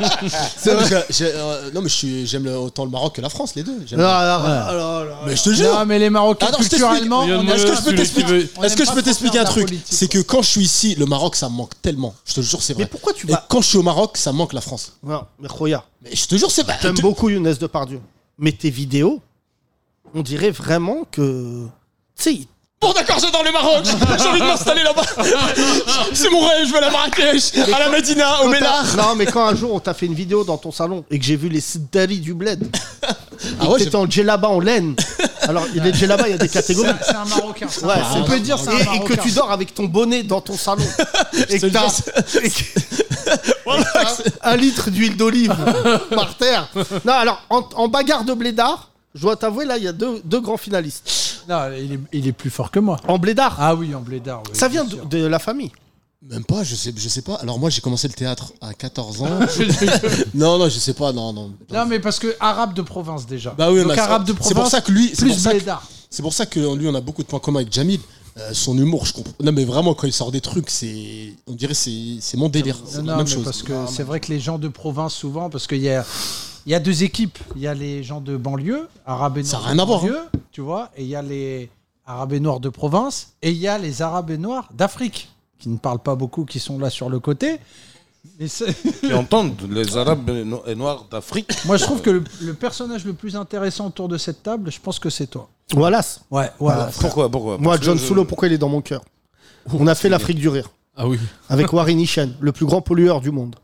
J: mais j'ai- j'ai- euh, Non, mais je suis- j'aime le- autant le Maroc que la France, les deux. J'aime-
K: Ah.
B: Non, Ah, alors, alors, alors,
J: Mais je te jure
L: Non, mais les Marocains,
J: Attends, Ah je t'explique.
L: culturellement, on
K: Yann
J: Est-ce que
K: Moller,
J: je peux
K: celui qui
J: t'expliquer
K: veut-
L: On
J: Est-ce
L: aime
J: que je
L: pas
J: peux
L: trop
J: t'expliquer
L: faire
J: un
L: de la
J: truc
L: politique,
J: C'est que quand je suis ici, le Maroc, ça me manque tellement. Je te jure, c'est
B: Mais
J: vrai.
B: pourquoi tu
J: Et
B: vas
J: quand je suis au Maroc, ça me manque la France.
B: Non, mais Roya,
J: Mais je te jure, c'est pas.
B: j'aime
J: tu-
B: beaucoup Younes Depardieu, mais tes vidéos, on dirait vraiment que tu sais,
J: Bon, d'accord, j'adore le Maroc. J'ai envie de
L: *laughs*
J: m'installer là-bas. C'est mon rêve. Je vais à la Marrakech, à la Médina, au
B: Quand t'as-
J: Ménard.
B: Non, mais quand un jour on t'a fait une vidéo dans ton salon et que j'ai vu les sedari du bled,
J: Ah
B: ouais,
J: ouais,
B: t'étais en djellaba
L: *laughs*
B: en laine. Alors, les djellaba, il y a des catégories.
L: Oh, C'est un Marocain. ça. Ah,
B: Ouais,
L: on
B: c'est-
L: peut dire ça.
B: et, et que tu dors avec ton bonnet dans
L: *laughs*
B: ton salon. et que
J: te
B: t'as
J: jure,
B: et que- un, un litre
L: *laughs*
B: d'huile d'olive par terre. Non, alors, en, en bagarre de blédard, je dois t'avouer, là, il y a deux, deux grands finalistes.
L: Non, il est, il est plus fort que moi.
B: En blédard,
L: Ah oui, en blédard. oui,
B: ça
L: bien
B: vient de,
L: sûr.
B: de la famille.
J: Même pas. Je sais, je sais pas. Alors moi, j'ai commencé le théâtre à
L: *laughs*
J: 14 ans. non, non, je sais pas. Non, non.
L: Non, mais parce que arabe de province déjà.
J: Bah oui,
L: Donc
J: mais ça-
L: arabe de province.
J: c'est pour ça que lui- c'est
L: Plus
J: pour ça que-
L: blédard.
J: C'est pour ça que lui, on a beaucoup de points communs avec Jamil. Euh, son humour, je comprends. Non, mais vraiment, quand il sort des trucs, c'est, on dirait, c'est, c'est mon délire. C'est
L: Non,
J: la
L: non,
J: même
L: mais
J: chose. Ah,
L: parce que c'est vrai que les gens de province, souvent, parce qu'il y a, il y a deux équipes. Il y a les gens de banlieue, arabes et
J: Ça a
L: noirs.
J: rien
L: de
J: à voir, hein.
L: banlieue, Tu vois, et il y a les arabes et noirs de province, et il y a les arabes et noirs d'Afrique, qui ne parlent pas beaucoup, qui sont là sur le côté. Mais c'est-
F: Et entendre les Arabes no- et Noirs d'Afrique.
L: Moi, je trouve que le, le personnage le plus intéressant autour de cette table, je pense que c'est toi.
B: Wallace.
L: Ouais, voilà.
F: Pourquoi Pourquoi
B: Moi,
F: Parce que euh,
B: John
F: je-
B: Soulo, pourquoi il est dans mon cœur On a fait l'Afrique du rire. Ah oui. Avec Warren Ishen, le plus grand pollueur du monde.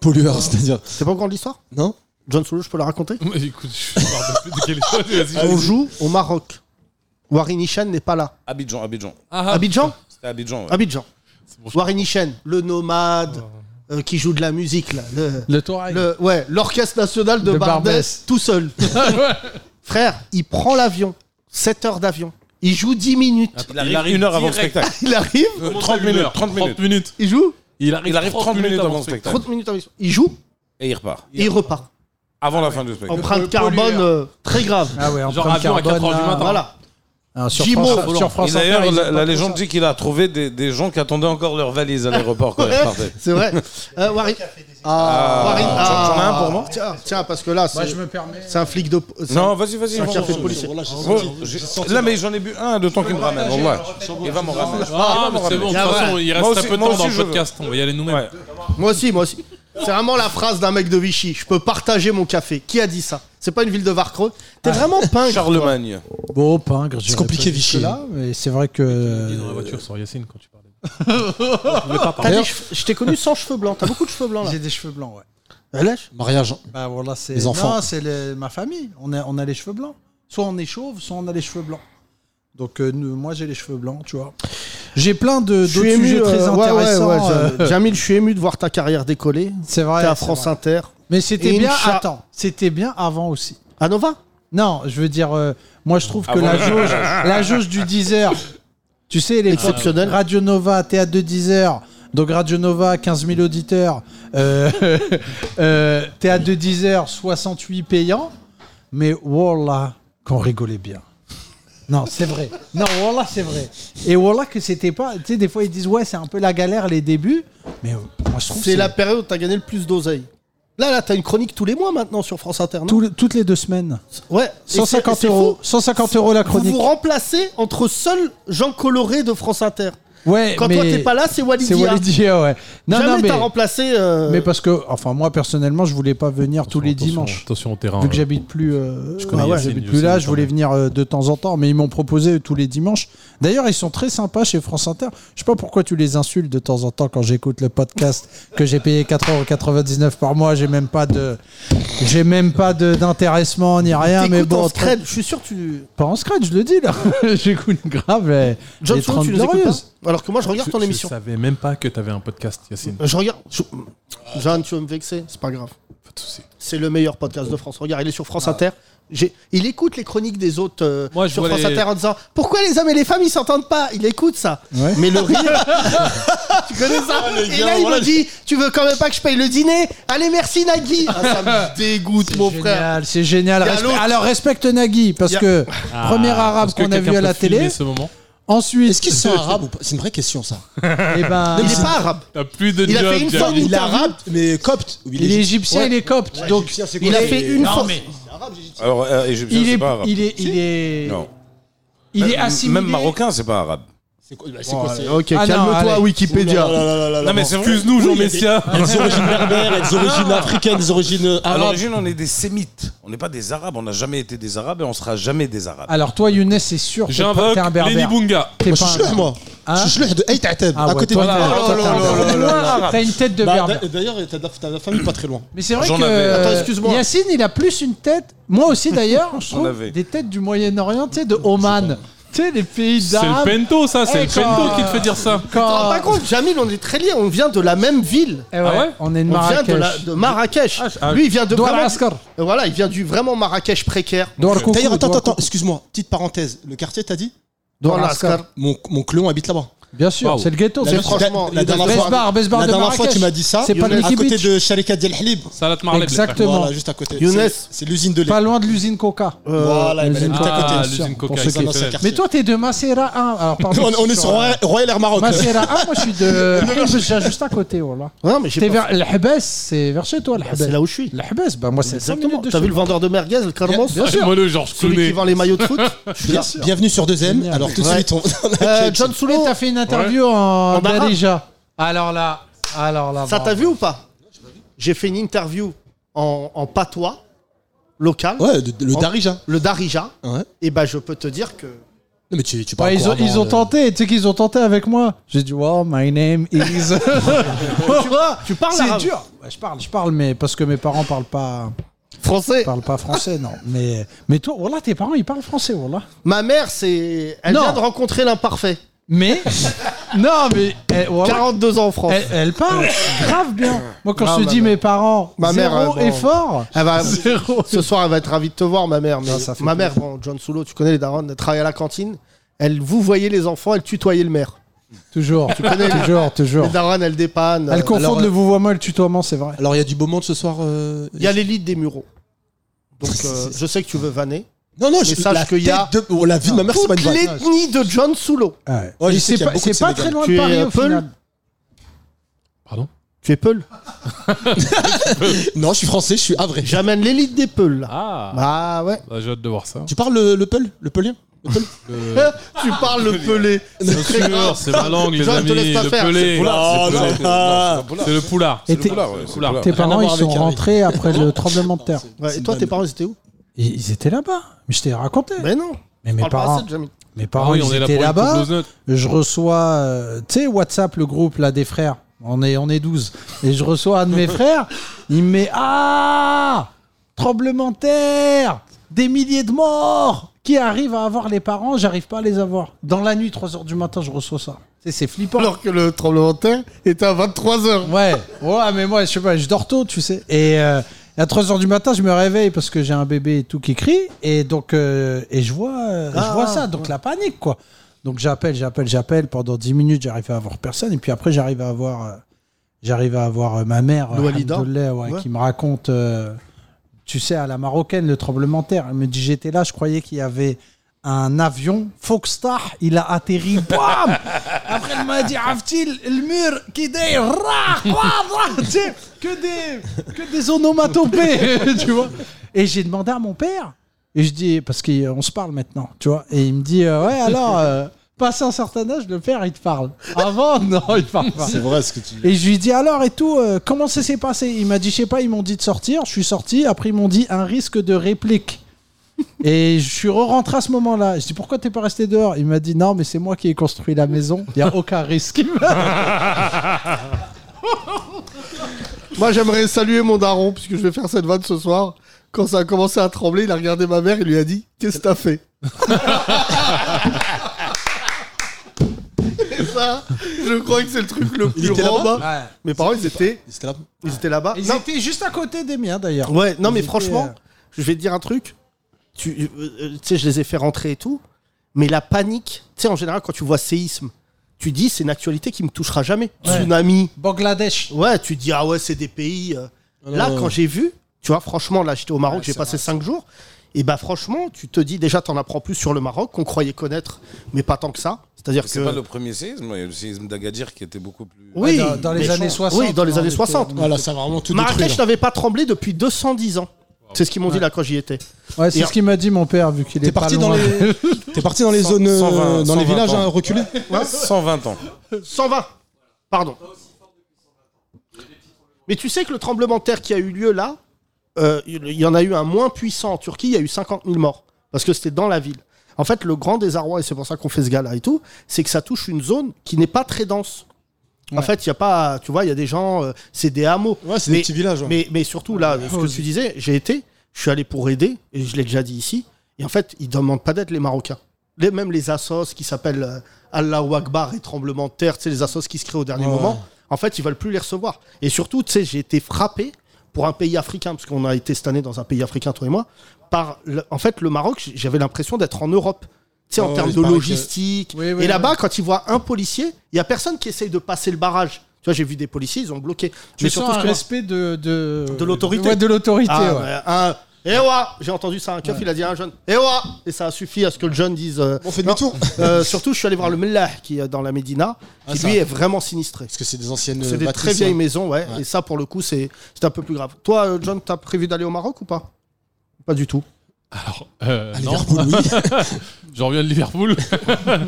J: Pollueur, c'est-à-dire.
B: C'est pas encore l'histoire
J: Non.
B: John Solo, je peux la raconter
K: Mais écoute, je me rappelle plus de quelle chose. Vas-y,
B: On
K: vas-y.
B: joue au Maroc. Warren Ishen n'est pas là.
F: Abidjan, Abidjan.
K: Ah.
B: Abidjan
F: C'était Abidjan. ouais.
B: Abidjan. Warren Ishen, le nomade
K: Ah.
B: euh, qui joue de la musique là. Le,
L: Le Touareg.
B: le- ouais, l'orchestre national de,
L: De
B: Barbès,
L: Barbès.
B: tout seul. Frère, il prend l'avion, 7 heures d'avion. Il joue 10 minutes.
F: Il arrive, une heure avant le
B: direct.
F: spectacle.
B: Il arrive
F: Euh, 30 minutes. 30 minutes.
B: Il joue
F: Il
K: Ah,
F: arrive, 30, minutes avant le spectacle.
B: 30 minutes avant le spectacle. Il joue
F: Et il repart.
B: et il repart.
F: Avant la fin du spectacle.
B: Empreinte carbone euh, très grave.
L: Ah ouais,
F: Genre avion à 4 heures du matin.
B: Voilà.
L: sur
B: Jimo.
L: France- sur France
F: Et d'ailleurs,
L: Inter, ils
F: la,
L: ont
F: la
L: pas
F: légende dit qu'il a trouvé des, des gens qui attendaient encore leur valise à l'aéroport quand ils repartaient.
L: *laughs*
B: C'est vrai. Euh, Warren-
F: Ah.
B: Warren-
F: J'en-
B: ah.
F: j'en ai un pour moi
B: Tiens, tiens, parce que là, c'est.
L: Moi, je me permets.
B: C'est un flic de. c'est
F: Non,
B: un-
F: vas-y, vas-y.
B: C'est un
F: bon,
B: café
F: bon,
B: de policier.
F: bon, là, j'ai sorti-
B: Ouais.
F: j'ai sorti- Là, mais j'en ai bu un de temps qu'il me ramène. wallah. Il va m'en ramener.
K: Ah, mais c'est bon, de toute façon, il reste
F: Moi
K: un
F: aussi-
K: peu de
F: moi
K: temps dans
F: aussi,
K: le
F: je veux.
K: podcast. On va y aller nous-mêmes.
B: Moi aussi, moi aussi. C'est vraiment la phrase d'un mec de Vichy. Je peux partager mon café. Qui a dit ça C'est pas une ville de Varcreux. T'es
L: Ah.
B: vraiment pingre.
F: Charlemagne.
L: Bon, pingre,
B: C'est compliqué, Vichy.
L: Là, mais c'est vrai que.
K: Dans la voiture sur Yacine quand tu parles.
B: T'as des cheveux- Je t'ai connu sans cheveux blancs. T'as beaucoup de cheveux blancs là.
L: J'ai des cheveux blancs, ouais.
B: Elle lèche
J: Mariage.
L: Bah voilà, c'est.
J: Les enfants.
L: Non, c'est le- ma famille. On a, on a les cheveux blancs. Soit on est chauve, soit on a les cheveux blancs. Donc euh, nous- moi j'ai les cheveux blancs, tu vois. J'ai plein de
B: Je suis
L: d'autres
B: ému,
L: sujets
B: euh,
L: très
B: ouais, ouais,
L: intéressants.
B: ouais, je-
L: euh,
B: Jamil, je suis ému de voir ta carrière décoller.
L: *laughs* C'est vrai.
B: T'es à
L: c'est
B: France
L: vrai.
B: Inter.
L: Mais c'était
B: Et
L: bien.
B: Incha-
L: Attends, c'était bien avant aussi.
B: À Nova
L: Non, je veux dire, euh, moi je trouve que
B: Avant.
L: la jauge, la jauge du 10h, tu sais, les
B: Exceptionnel.
L: Radio Nova, théâtre de 10h. Donc Radio Nova, 15 000 auditeurs. Euh, *laughs* euh, théâtre de 10h, 68 payants. Mais voilà, qu'on rigolait bien. Non, c'est vrai. Non, voilà, c'est vrai. Et voilà que c'était pas. Tu sais, des fois ils disent, ouais, c'est un peu la galère les débuts. Mais euh, moi je trouve que
B: C'est la période où t'as gagné le plus d'oseille. Là, là, t'as une chronique tous les mois maintenant sur France Inter. non
L: Tous les- toutes les deux semaines.
B: Ouais. et c'est-
L: 150
B: et c'est
L: euros.
B: fou.
L: 150 euros la
B: Vous
L: chronique.
B: vous remplacez entre seuls Jean Coloré de France Inter.
L: Ouais,
B: Quand
L: mais-
B: toi t'es pas là, c'est Walid
L: C'est
B: Dia.
L: Walidia, ouais. Non,
B: Jamais
L: non, mais,
B: t'as remplacé. euh,
L: mais parce que, enfin, moi personnellement, je voulais pas venir tous les dimanches.
K: Attention au terrain.
L: Vu que j'habite plus, euh,
K: connais
L: ah ouais,
K: Yacine,
L: j'habite plus
K: Yacine,
L: là, je
K: notamment.
L: voulais venir euh, de temps en temps, mais ils m'ont proposé tous les dimanches. D'ailleurs, ils sont très sympas chez France Inter. Je sais pas pourquoi tu les insultes de temps en temps quand j'écoute le podcast *laughs* que j'ai payé 4,99€ par mois. J'ai même pas de, j'ai même pas de- d'intéressement ni rien. Mais
B: t'écoutes
L: bon,
B: en scred, je suis sûr que tu.
L: pas en scratch, je le dis là. *laughs* j'écoute grave les,
B: John
L: les
B: Solo,
L: 30
B: tu nous écoutes
L: glorieuses.
B: pas Alors que moi, je regarde ton émission.
K: Je savais même pas que t'avais un podcast, Yacine.
B: Euh, Je regarde. je- Jeanne, tu vas me vexer, c'est pas grave.
K: Pas de soucis.
B: C'est le meilleur podcast de France. Regarde, il est sur France Inter. J'ai- Il écoute les chroniques des autres euh,
K: Moi, je
B: sur
K: vois
B: France
K: les-
B: Inter en disant Pourquoi les hommes et les femmes ils s'entendent pas Il écoute ça.
L: Ouais.
B: Mais le rire. tu connais ça Et là, il me dit Tu veux quand même pas que je paye le dîner Allez, merci Nagui Ah,
K: *laughs*
B: Ça me dégoûte, mon frère.
L: Génial, c'est génial.
B: Il y a
L: Respe-
B: l'autre.
L: Alors respecte Nagui parce
B: Il y a-
J: *laughs*
L: que
K: Ah,
L: premier arabe
K: est-ce que
L: qu'on a vu
K: quelqu'un
L: à la
K: peut filmer
L: télé.
K: ce moment
L: Ensuite,
J: Est-ce qu'ils sont arabes ou pas C'est une vraie question, ça.
L: eh ben,
B: Il n'est pas arabe.
K: T'as plus de
B: Il a
K: job,
B: fait une fois
K: Jamil.
B: une arabe.
J: Mais copte. ou
L: il est égyptien,
J: Ouais.
L: il est copte.
J: Ouais,
L: donc
J: égyptien, c'est quoi,
L: il, a
J: les-
L: fait une fois.
F: Alors, euh, égyptien,
L: Il
F: c'est
L: est,
F: pas arabe.
L: il est, il est,
F: Non.
L: il est
F: Même-
L: assimilé.
F: Même marocain, c'est pas arabe.
J: C'est quoi, bah, c'est quoi c'est-
B: Ok,
L: Ah non,
B: calme-toi,
L: allez.
B: Wikipédia.
F: Non, mais c'est vrai.
K: Excuse-nous, Jean
J: Oui, il y a des-
K: Messia.
J: Il y a des origines berbères, il y a des origines
L: Ah.
J: africaines, des origines euh,
F: À
J: arabes.
F: l'origine, on est des sémites. On n'est pas des arabes. On n'a jamais été des arabes et on sera jamais des arabes.
K: Ah,
L: Alors toi, Younes, c'est sûr, t'es pas-
K: J'invoque
L: t'es un
K: Lenny
L: berbère.
K: Bunga.
L: T'es
J: Moi,
L: pas
J: je
L: un
J: suis chleur,
L: berbère.
J: moi.
L: Hein
J: Je suis chleur de Aït Ateb,
L: Ah
J: à
L: ouais,
J: côté de
L: toi,
J: Oh, moi.
L: t'es-
J: Voilà.
L: toi, t'es un berbère.
J: oh.
L: T'as une tête de
J: Bah,
L: berbère.
J: d'a- D'ailleurs, t'as de la- t'as de la famille pas très loin.
L: Mais c'est vrai
F: J'en
L: que
F: avais.
L: euh,
B: Attends, excuse-moi.
L: Yacine, il a plus une tête. Moi aussi
J: *laughs*
L: d'ailleurs, je trouve
F: avais.
L: des têtes du Moyen-Orient, tu sais, de Oman, tu sais, les pays
K: C'est le
L: d'Arabes.
K: pento, ça. C'est
L: Eh,
K: le
L: quand-
K: pento qui te fait dire ça.
B: Tu te rends pas
L: Quand...
J: Oh,
B: compte, Jamil, on est très liés. On vient de la même ville.
L: Eh ouais,
K: Ah ouais
L: on est de
B: On vient
L: Marrakech. Ah,
B: de, la- de Marrakech. Lui, il vient de
L: Douar
B: vraiment-
L: Askar.
B: Euh, Voilà, il vient du vraiment Marrakech précaire.
L: Douar Koukou,
J: D'ailleurs, attends,
L: Douar
J: attends,
L: Koukou.
J: excuse-moi, petite parenthèse. Le quartier, t'as dit
B: Dans
L: Douar Askar.
B: l'Ascar.
J: Mon mon clone habite là-bas.
L: Bien sûr,
K: Waouh.
L: c'est le ghetto.
J: La
B: C'est
J: dernière-
B: franchement-
J: la dernière
L: Best
J: fois-
L: bar, best bar
J: la
L: de
J: dernière fois,
L: Marrakech.
J: tu m'as dit ça.
L: C'est pas le
J: à côté
L: Kibitch.
J: de Sharika Del Hlib.
K: Salat Marleb.
L: Exactement.
J: Voilà, juste à côté.
B: Younes.
J: C'est- C'est l'usine de lait.
L: Pas loin de l'usine Coca.
J: Voilà, elle
L: l'usine
J: habite
K: Ah,
J: à côté.
K: l'usine
L: sûr,
K: Coca,
L: pour ceux
J: C'est un
L: qui-
J: ancien
K: connaissent.
J: quartier.
L: Mais toi, t'es de Macera 1. Alors, pardon, *laughs*
J: On on est
L: je suis
J: sur Royal- Royal Air Maroc.
L: Macera 1, moi je suis de. J'ai juste à côté, voilà.
B: Non, mais j'ai
L: T'es vers
B: pas-
L: le Hbès, c'est vers chez toi, le
B: Ah, C'est
L: Hbès.
B: là où je suis.
L: Le Hbès, bah moi c'est 5
B: Exactement.
L: minutes de
B: T'as
L: chez
B: vu le
L: moi.
B: vendeur de merguez, le Carmos
L: Bien sûr.
K: Moi, Ah, le Georges
B: Celui qui
K: Clooney.
B: vend les maillots
L: *laughs*
B: de foot Je suis là.
J: Bien- Bienvenue sur 2M.
L: Génial.
J: Alors tout de
B: Ouais.
J: suite, on. *laughs*
B: Euh, John
L: Et
B: Soulo,
L: t'as fait une interview en
B: En arabe.
L: Darija. Alors là, alors là. bah,
B: ça
L: bravo.
B: t'a vu ou pas J'ai fait une interview en, en patois local,
J: Ouais, de- de- le hein.
B: En-
J: Darija.
B: le Darija.
J: Ouais.
B: Et bah, je peux te dire que
J: Non, mais tu, tu
L: Ouais,
J: parles
L: ils, ont, ils ont tenté, tu sais qu'ils ont tenté avec moi. J'ai dit, wow, my name
B: *laughs*
L: *laughs* is.
J: tu parles
L: C'est
J: arabe
L: dur. Ouais, je parle, je parle, mais parce que mes parents parlent pas.
B: Français
L: Parlent pas français, non. Mais, mais toi, voilà, tes parents, ils parlent français, voilà.
B: Ma mère, c'est. Elle
L: Non.
B: vient de rencontrer l'imparfait. *laughs*
L: Mais. non, mais. eh,
B: 42 ans en France.
L: Ah Elle, elle
B: *laughs*
L: parle grave bien. Moi, quand
B: Non,
L: je te
B: ma
L: dis
B: mère.
L: mes parents,
B: Ma mère,
L: zéro
B: euh, bon,
L: effort.
K: *laughs*
B: Elle va, Ce soir, elle va être ravie de te voir, ma mère. Mais
L: Ah, ça fait
B: ma mère, bon, John Soulo, tu connais les darons, elle travaille à la cantine. Elle vous voyait les enfants, elle tutoyait le maire.
L: Toujours.
B: Tu connais les-
L: toujours, toujours.
B: *laughs* Les darons, elle dépanne. euh,
L: Elle confond le vouvoiement et le tutoiement, c'est vrai.
J: Alors, il y a du beau monde ce soir euh,
B: Il y a l'élite des mureaux.
L: *laughs*
B: Donc, euh, je sais que tu veux vanner.
J: Non, non,
B: mais
J: je-
B: sache
J: la
B: qu'il y a.
J: tête de- oh, la vie de ma mère, c'est pas une
B: Toute
J: vanne.
B: l'ethnie de John Soulo.
J: Ouais, je
L: Et
J: sais qu'il
L: c'est
J: y a
L: pas,
J: beaucoup de
L: c'est pas très
J: Sénégalais.
L: loin
B: Tu
L: de
B: es,
L: Ah, Paris
B: euh,
L: au
B: Peul
L: final.
B: Tu es Peul
J: Non, je suis français, je suis avré.
B: J'amène l'élite des Peuls.
K: Ah.
B: Bah ouais.
K: Bah, j'ai hâte de voir ça.
J: Tu parles le, le peul Le peulien Le peul
B: *laughs* tu parles le pelé.
K: Euh, Bien
B: très grave.
K: sûr, c'est ma langue, les
B: John,
K: amis.
B: te laisse pas
K: Le
B: faire.
K: pelé.
J: poulard,
K: C'est
J: c'est
K: le
J: le poulard.
K: poulard. C'est le poulard.
L: Et
K: C'est le
L: tes,
K: poulard, ouais, c'est le poulard.
L: tes parents,
J: Rien à
L: ils
J: voir
L: sont
J: avec Harry.
L: rentrés après le tremblement de terre.
B: Ouais, et toi, tes parents, ils étaient où
L: Ils, ils étaient là-bas. Mais je t'ai raconté.
B: Mais non.
L: Mais mes
B: Parle pas
L: parents,
B: assez de Jamil.
L: mes parents,
K: Ah oui, on
L: ils
K: est là
L: étaient
K: pour une coupe
L: là-bas.
K: aux notes.
L: je reçois, euh, tu sais, WhatsApp, le groupe là des frères. On est, on est 12. Et je reçois un
K: *laughs*
L: de mes frères. Il me met Ah Tremblement de terre Des milliers de morts Qui arrivent à avoir les parents J'arrive pas à les avoir. Dans la nuit, 3h du matin, je reçois ça. Tu sais, C'est flippant.
B: Alors que le tremblement de terre était à 23h.
L: Ouais, ouais, mais moi, je sais pas, je dors tôt, tu sais. Et euh, à 3h du matin, je me réveille parce que j'ai un bébé et tout qui crie. Et donc, euh, et je vois, euh, je
B: Ah.
L: vois ça, donc la panique, quoi. Donc j'appelle, j'appelle, j'appelle. Pendant 10 minutes, j'arrive à avoir personne. Et puis après, j'arrive à avoir, euh, j'arrive à avoir euh, ma mère, euh,
B: Loualida.
L: Hamdoullah, ouais,
B: Ouais.
L: qui me raconte, euh, tu sais, à la marocaine, le tremblement de terre. Elle me dit, j'étais là, je croyais qu'il y avait un avion, Foxstar, il a atterri, bam Après, elle m'a dit, Aftil, le mur, qui dé, rah, rah, rah Tu sais, que des, que des onomatopées, *laughs* tu vois. Et j'ai demandé à mon père, et je dis, parce qu'on se parle maintenant, tu vois, et il me dit, euh, ouais, alors, euh, passé un certain âge, le père, il te parle. Avant, *laughs* non, il te parle pas.
J: C'est vrai ce que tu dis.
L: Et je lui dis alors et tout, euh, comment ça s'est passé Il m'a dit, je sais pas, ils m'ont dit de sortir, je suis sorti, après ils m'ont dit un risque de
B: *laughs*
L: réplique. Et je suis re-rentré à ce moment-là. Je dis pourquoi t'es pas resté dehors Il m'a dit non mais c'est moi qui ai construit la maison. Il y a aucun risque.
B: *laughs* Moi, j'aimerais saluer mon daron, puisque je vais faire cette vanne ce soir. Quand ça a commencé à trembler, il a regardé ma mère et lui a dit Qu'est-ce que t'as fait Et ça, je crois que c'est le truc le plus
J: était
B: grand.
J: là-bas
B: bah.
L: Ouais.
B: Mes parents, ils étaient,
J: C'était là
B: ils étaient là-bas.
L: Ils
B: Non,
L: étaient juste à côté des miens d'ailleurs.
B: Ouais, non,
L: Ils
B: mais
L: étaient,
B: franchement,
L: euh,
B: je vais te dire un truc. Tu euh, euh, tu sais, je les ai fait rentrer et tout. Mais la panique, tu sais, en général, quand tu vois séisme, tu dis c'est une actualité qui me touchera jamais.
L: Ouais.
B: Tsunami.
L: Bangladesh.
B: Ouais, tu dis ah ouais, c'est des pays. euh.
L: Ah
B: Là,
J: non, non.
B: quand j'ai vu, tu vois, franchement, là, j'étais au Maroc,
L: Ouais,
B: j'ai
L: c'est
B: passé
L: vrai,
B: cinq jours. Et bah, franchement, tu te dis déjà, t'en apprends plus sur le Maroc qu'on croyait connaître, mais pas tant que ça. C'est-à-dire
F: C'est
B: que.
F: pas le premier séisme, il y a le séisme d'Agadir qui était beaucoup plus.
L: Ouais,
B: Oui,
L: dans, dans les
B: méchant.
L: années 60.
B: Oui, dans les
L: on
B: années
L: était-
B: 60.
J: Voilà, ça a vraiment tout détruit.
B: Marrakech
J: là.
B: n'avait pas tremblé depuis 210 ans. C'est ce qu'ils m'ont dit là quand j'y étais.
L: Ouais, c'est
B: Et-
L: ce qu'il m'a dit mon père vu qu'il est
J: T'es
L: pas
J: parti, dans
L: loin. *laughs*
J: les... T'es parti dans les
F: Cent-
J: zones, euh,
F: 120,
J: dans les villages
F: 120.
J: hein, reculés
F: 120 ans.
B: 120. Pardon. Mais tu sais que le tremblement de terre qui a eu lieu là, euh, il il y en a eu un moins puissant en Turquie, il y a eu 50 000 morts. Parce que c'était dans la ville. En fait, le grand désarroi, et c'est pour ça qu'on fait ce gars-là et tout, c'est que ça touche une zone qui n'est pas très dense. En
L: Ouais.
B: fait, il y a pas, tu vois, il y a des gens, euh, c'est des hameaux.
J: Ouais, c'est des
B: Mais-
J: petits villages. hein. ouais.
B: Mais, mais surtout, là, ce que
L: vas-y.
B: tu disais, j'ai été, je suis allé pour aider, et je l'ai déjà dit ici, et en fait, ils ne demandent pas d'aide, les Marocains. Les, même les assos qui s'appellent euh, Allahu Akbar et tremblement de terre, tu sais, les assos qui se créent au dernier
J: Ouais.
B: moment, en fait, ils veulent plus les recevoir. Et surtout, tu sais, j'ai été frappé pour un pays africain, parce qu'on a été cette année dans un pays africain, toi et moi, par, le- en fait, le Maroc, j'avais l'impression d'être en Europe. Tu sais,
J: Ah
B: en
J: ouais,
B: termes
J: il
B: de
J: paraît que-
B: logistique.
L: Oui, oui,
B: et là-bas,
L: ouais.
B: quand ils voient un policier, il y a personne qui essaye de passer le barrage. Tu vois, j'ai vu des policiers, ils ont bloqué.
L: Tu sens
B: surtout,
L: un
B: ce que-
L: respect de de,
B: De l'autorité.
L: Ouais, de l'autorité.
B: ah,
L: ouais.
B: ouais, un- Eh ouah J'ai entendu ça, un keuf, il a dit à un jeune Eh ouah Et ça a suffi à ce que le jeune dise. euh,
J: On fait
B: non.
J: demi-tour
B: Euh, surtout, je suis allé voir le Mellah qui est dans la Médina,
J: Ah,
B: qui
J: ça.
B: lui est vraiment sinistré.
J: Parce que c'est des anciennes
B: C'est
J: euh,
B: des
J: bâtisses,
B: très vieilles
J: hein.
B: maisons, ouais,
J: Ouais.
B: Et ça, pour le coup, c'est c'est un peu plus grave. Toi, euh, John, t'as prévu d'aller au Maroc ou pas Pas du tout.
M: Alors, euh,
J: À
M: non.
J: Liverpool,
L: *laughs*
J: oui.
M: je reviens de Liverpool.
K: Non,
H: Ah,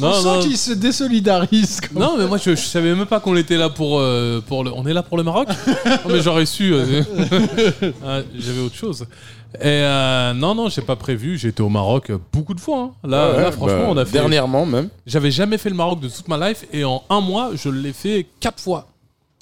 L: On
K: non.
L: sent qu'il se désolidarise. comme-
K: Non, mais moi je, je savais même pas qu'on était là pour, euh, pour le. On est là pour le
L: *laughs*
K: Maroc Non, mais j'aurais su. euh, *laughs* ah, J'avais autre chose. Et euh, non, non, j'ai pas prévu. J'ai été au Maroc beaucoup de fois. hein. Là,
N: Ouais, ouais,
K: là, franchement,
N: bah,
K: on a fait.
N: dernièrement, même.
K: J'avais jamais fait le Maroc de toute ma life et en un mois, je l'ai fait quatre fois.